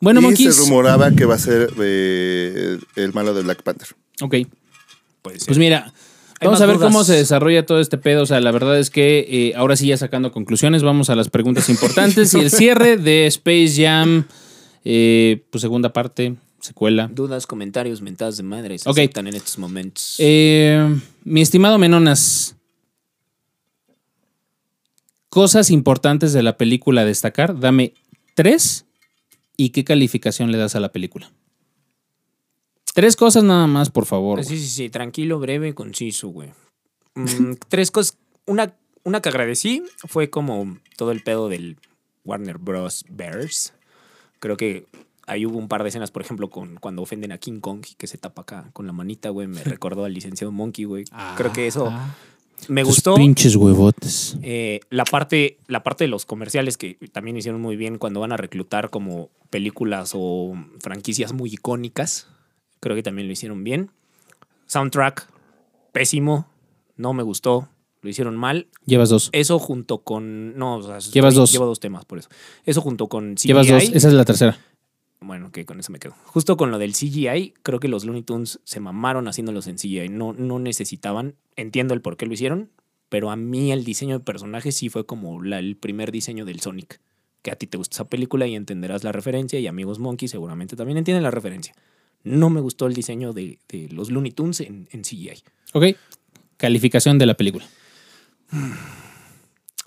Bueno,
y se
Monkeys.
rumoraba que va a ser eh, el malo de Black Panther.
Ok. Pues mira, vamos
más
a ver
dudas.
cómo se desarrolla todo este pedo. O sea, la verdad es que eh, ahora sí ya sacando conclusiones, vamos a las preguntas importantes y el cierre de Space Jam, eh, pues segunda parte, secuela.
Dudas, comentarios, mentadas de madre se
Ok.
aceptan en estos momentos.
Eh, mi estimado Menonas, cosas importantes de la película a destacar, dame tres y qué calificación le das a la película. Tres cosas nada más, por favor.
Pues sí, sí, sí, tranquilo, breve, conciso, güey. Mm, tres cosas. Una, una que agradecí fue como todo el pedo del Warner Bros. Bears. Creo que ahí hubo un par de escenas, por ejemplo, con cuando ofenden a King Kong y que se tapa acá con la manita, güey. Me recordó al licenciado Monkey, güey. Ah, Creo que eso me
Tus
gustó.
Ah, Pinches huevotes.
Eh, la, parte, la parte de los comerciales que también hicieron muy bien cuando van a reclutar como películas o franquicias muy icónicas. Creo que también lo hicieron bien. Soundtrack, pésimo. No me gustó. Lo hicieron mal.
Llevas dos.
Eso junto con. No, o sea, estoy-
Llevas dos.
Llevo dos temas por eso. Eso junto con. CGI,
Llevas dos. Esa es la tercera.
Bueno, que con eso me quedo. Justo con lo del CGI, creo que los Looney Tunes se mamaron haciéndolos en CGI. No, no necesitaban. Entiendo el por qué lo hicieron, pero a mí el diseño de personaje sí fue como la- el primer diseño del Sonic. Que a ti te gusta esa película y entenderás la referencia, y amigos Monkey seguramente también entienden la referencia. No me gustó el diseño de, de los Looney Tunes en, en CGI.
Ok. Calificación de la película.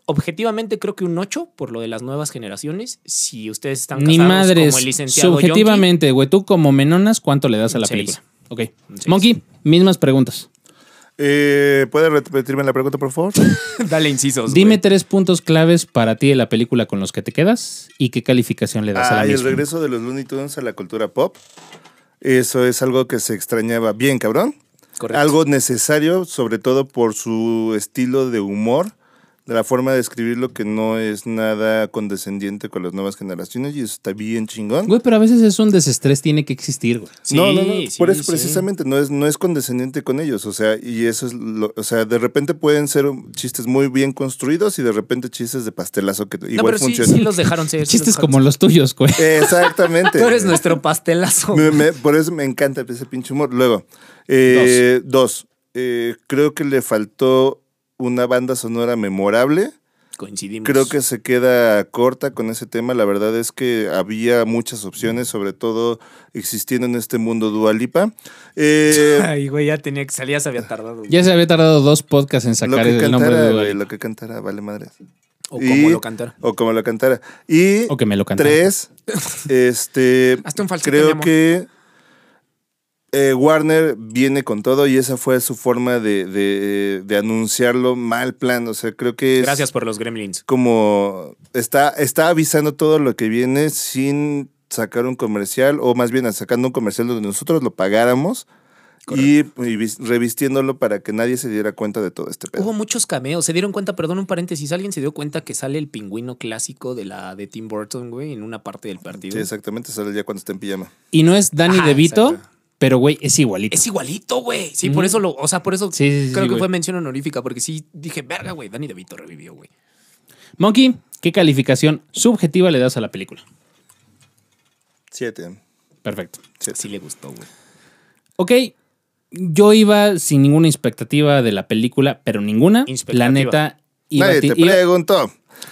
Objetivamente creo que un 8 por lo de las nuevas generaciones. Si ustedes están
Ni
casados
madres.
como el licenciado Yonki,
Subjetivamente, güey. Tú como menonas, ¿cuánto le das a la
Seis.
película? Ok.
Seis.
Monkey, mismas preguntas.
Eh, ¿Puede repetirme la pregunta, por favor?
dale
Pues,
incisos.
Dime
güey.
tres puntos claves para ti de la película con los que te quedas y qué calificación le das a la
Ah, y el
misma.
regreso de los Looney Tunes a la cultura pop. Eso es algo que se extrañaba bien, cabrón.
Correcto.
Algo necesario, sobre todo por su estilo de humor, de la forma de escribirlo que no es nada condescendiente con las nuevas generaciones y eso está bien chingón.
Güey, pero a veces es un desestrés, tiene que existir, güey.
Sí,
no, no, no. Por
sí,
eso
sí.
precisamente no es, no es condescendiente con ellos. O sea, y eso es lo, o sea, de repente pueden ser um, chistes muy bien construidos y de repente chistes de pastelazo que
No,
igual
pero sí,
funcionan.
sí los dejaron ser. sí
Chistes
los dejaron
como los tuyos, güey.
Exactamente.
ser. Tú eres nuestro pastelazo.
Me- me- por eso me encanta ese pinche humor. Luego, eh, dos. Eh, creo que le faltó una banda sonora memorable.
Coincidimos.
Creo que se queda corta con ese tema. La verdad es que había muchas opciones, sobre todo existiendo en este mundo Dualipa. Eh,
Ay, güey, ya tenía que salir, ya se había tardado. güey.
Ya se había tardado dos podcasts en
lo
sacar
que
el nombre
cantara,
de
güey,
Dudley.
lo que cantara, vale madre.
O
Y-
cómo lo cantar.
O como lo cantara. Y
O que me lo cantara.
tres, este,
Hazte un falsete, mi
creo
amor.
que eh, Warner viene con todo y esa fue su forma de, de- de anunciarlo mal plan. O sea, creo que es
Gracias por los gremlins.
como está, está avisando todo lo que viene sin sacar un comercial o más bien sacando un comercial donde nosotros lo pagáramos. Y, y vis- revistiéndolo para que nadie se diera cuenta de todo este pedo.
Hubo muchos cameos. Se dieron cuenta, perdón, un paréntesis. ¿Alguien se dio cuenta que sale el pingüino clásico de la de Tim Burton, güey, en una parte del partido?
Sí, exactamente, sale ya cuando está en pijama.
Y no es Danny
Ajá,
DeVito,
exacto.
pero güey, es igualito.
Es igualito, güey. Sí, por eso lo, o sea, por eso
Sí, sí, sí,
creo que
güey.
fue mención honorífica, porque sí dije, verga, güey, Danny DeVito revivió, güey.
Monkey, ¿qué calificación subjetiva le das a la película?
Siete.
Perfecto.
Sí le gustó, güey.
Ok, yo iba sin ninguna expectativa de la película, pero ninguna. La
Expectativa.
neta, iba
Nadie
ti-
te
iba-
preguntó.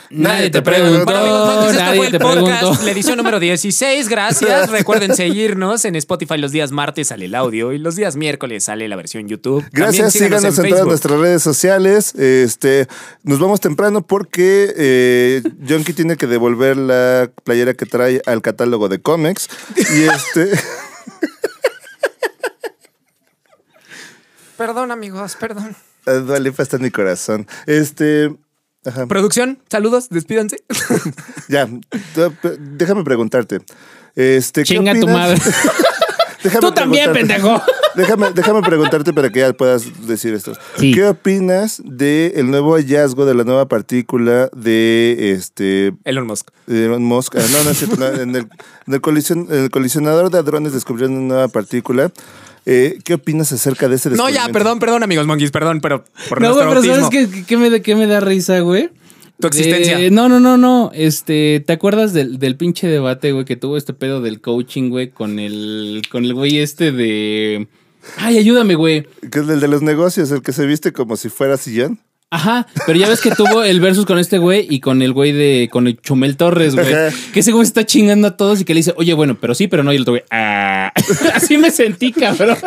Nadie te preguntó.
Bueno, amigos,
No,
Monkeys, esto
nadie
fue el
te
podcast,
preguntó.
la edición número 16. Gracias. Recuerden seguirnos en Spotify los días martes sale el audio y los días miércoles sale la versión YouTube. También
Gracias, síganos, en, todas
Facebook.
nuestras redes sociales. Este, nos vamos temprano porque eh, Jonky tiene que devolver la playera que trae al catálogo de cómics. Y este,
Perdón, amigos, perdón.
Dualipa está Ah, en mi corazón. Este, ajá,
Producción, saludos, despídanse.
ya, déjame preguntarte. Este, ¿qué
Chinga tu
opinas?
madre.
Déjame
Tú también,
preguntarte.
pendejo.
Déjame, déjame preguntarte para que ya puedas decir esto.
Sí.
¿Qué opinas del nuevo hallazgo de la nueva partícula de este
Elon Musk.
Elon Musk? Ah, no, no es cierto, no, en, el, en el colision- en el colisionador de hadrones descubrieron una nueva partícula. Eh, ¿Qué opinas acerca de ese
No,
descubrimiento?
ya, perdón, perdón, amigos monkeys, perdón, pero por
No, güey,
nuestro
pero
autismo.
¿sabes qué, qué me, qué me da risa, güey?
Tu existencia.
De- no, no, no, no. Este, ¿te acuerdas del, del pinche debate, güey, que tuvo este pedo del coaching, güey, con el, con el güey este de. Ay, ayúdame, güey.
Que es el de los negocios, el que se viste como si fuera sillón.
Ajá, pero ya ves que tuvo el versus con este güey y con el güey de. con el Chumel Torres, güey.
Ajá.
Que ese güey se está chingando a todos y que le dice, oye, bueno, pero sí, pero no. Y el otro güey, ah. Así me sentí, cabrón.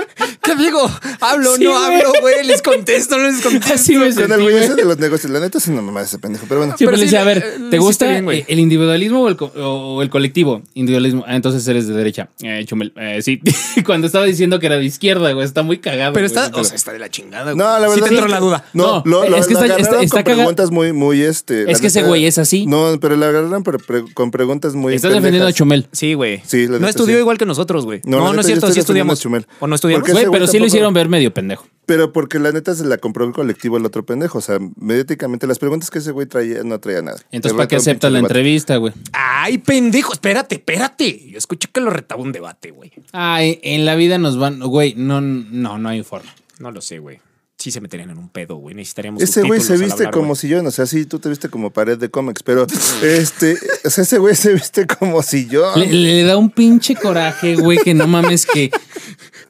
¿Qué digo? Hablo,
Sí,
no
güey.
hablo, güey. Les contesto, no les contesto.
Así me
Con
sentí.
el güey
güey.
ese de los negocios. La neta es una mamá ese pendejo, pero bueno.
Siempre
Pero
le
sí,
decía, a
eh,
ver,
lo
¿te
hiciste
gusta
bien, güey.
eh, el individualismo o el, co- o el colectivo? Individualismo. Ah, entonces eres de derecha. Eh, Chumel, eh, sí. Cuando estaba diciendo que era de izquierda, güey, está muy cagado. güey,
Pero está,
ese
o
pedo.
sea, está de la chingada.
No, la verdad.
Sí te entró
es-
la duda.
No,
No,
lo- lo-
es que
lo
está- está-
agarraron
está
con
caga-
preguntas muy, muy este. la
Es que ese
neta-
güey es así.
No, pero la agarraron pero pre- con preguntas muy.
Estás defendiendo a
pendejas.
Chumel.
Sí, güey.
Sí, la
no
neta,
estudió
sí.
igual que nosotros, güey.
No,
No,
la
no,
neta,
es
yo
cierto,
estoy
sí
defendiendo a
estudiamos.
Chumel.
O no estudiamos.
Porque ese
Güey, pero
güey
sí lo
tampoco-
hicieron ver medio pendejo.
Pero porque la neta se la compró el colectivo al otro pendejo. O sea, mediáticamente las preguntas que ese güey traía no traía nada.
Entonces,
Te
¿para qué
reta un
aceptas
pinche
la
debate.
entrevista, güey?
Ay, pendejo, espérate, espérate. Yo escuché que lo retaba un debate, güey.
Ay, en la vida nos van. Güey, no, no, no hay forma.
No lo sé, güey. Sí se meterían en un pedo, güey. Necesitaríamos
Ese güey se
subtítulos al
viste
hablar,
como
güey.
sillón, o sea, sí, tú te viste como pared de cómics, pero este, o sea, ese güey se viste como sillón.
Le, le da un pinche coraje, güey, que no mames que.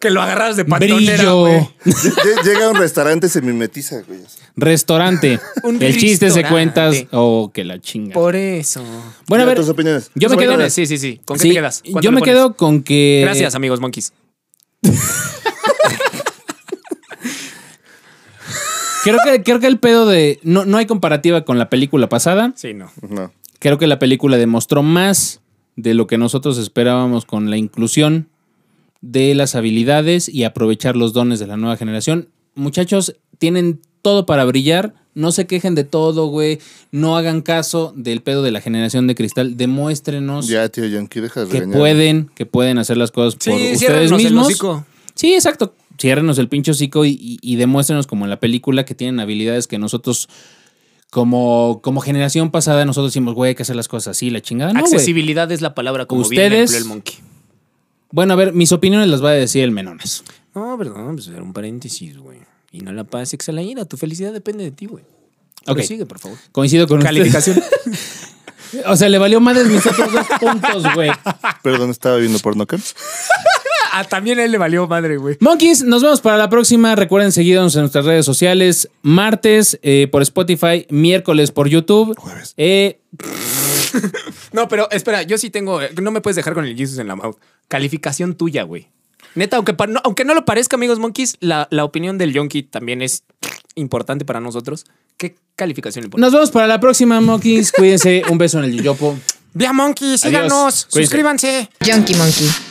Que lo agarras de pantonera,
Brillo.
güey.
Lle- Llega a un restaurante y se mimetiza, güey.
Restaurante.
Un
el chiste se
restaurante.
cuentas. Oh, que la chinga.
Por eso.
Bueno, a ver.
tus opiniones.
Yo me
Sobre
quedo.
todo- Sí, sí, sí. ¿Con qué
Sí,
te quedas? ¿Cuánto
Yo
le
me
pones?
quedo con que.
Gracias, amigos monkeys.
Creo que, creo que el pedo de. No, no hay comparativa con la película pasada.
Sí, no.
No.
Creo que la película demostró más de lo que nosotros esperábamos con la inclusión de las habilidades y aprovechar los dones de la nueva generación. Muchachos, tienen todo para brillar. No se quejen de todo, güey. No hagan caso del pedo de la generación de cristal. Demuéstrenos
Ya, tío Yankee, deja de
que
regañar.
pueden, que pueden hacer las cosas por
Sí,
ustedes
ciérranos el
mismos.
hocico.
Sí, exacto. Ciérrenos el pincho hocico y, y, y demuéstrenos como en la película que tienen habilidades que nosotros, como, como generación pasada, nosotros decimos, güey, hay que hacer las cosas así, la
Ah,
chingada. No, güey.
Accesibilidad es la palabra como bien
Ustedes-
empleó el monkey.
Bueno, a ver, mis opiniones las va a decir el Menones.
No, perdón, pues era un paréntesis, güey. Y no la paz a la ira. Tu felicidad depende de ti, güey.
Ok.
Pero Sigue, por favor.
Coincido con ustedes.
Calificación.
O sea, le valió madres mis otros dos puntos, güey.
Perdón, estaba viendo porno, ¿qué?
ah, también a él le valió madre, güey.
Monkeys, nos vemos para la próxima. Recuerden seguirnos en nuestras redes sociales. Martes eh, por Spotify, miércoles por YouTube. Eh, Jueves.
No, pero espera, yo sí tengo. eh, No me puedes dejar con el Jesus en la mouth. Calificación tuya, güey. Neta, aunque, pa- no, aunque no lo parezca, amigos monkeys, la, la opinión del yonki también es importante para nosotros. ¿Qué calificación le pones?
nos vemos para la próxima, Monkeys. Cuídense. Un beso en el yoyopo.
Via Monkey, síganos,
Cuídense.
suscríbanse.
Junkie Monkey.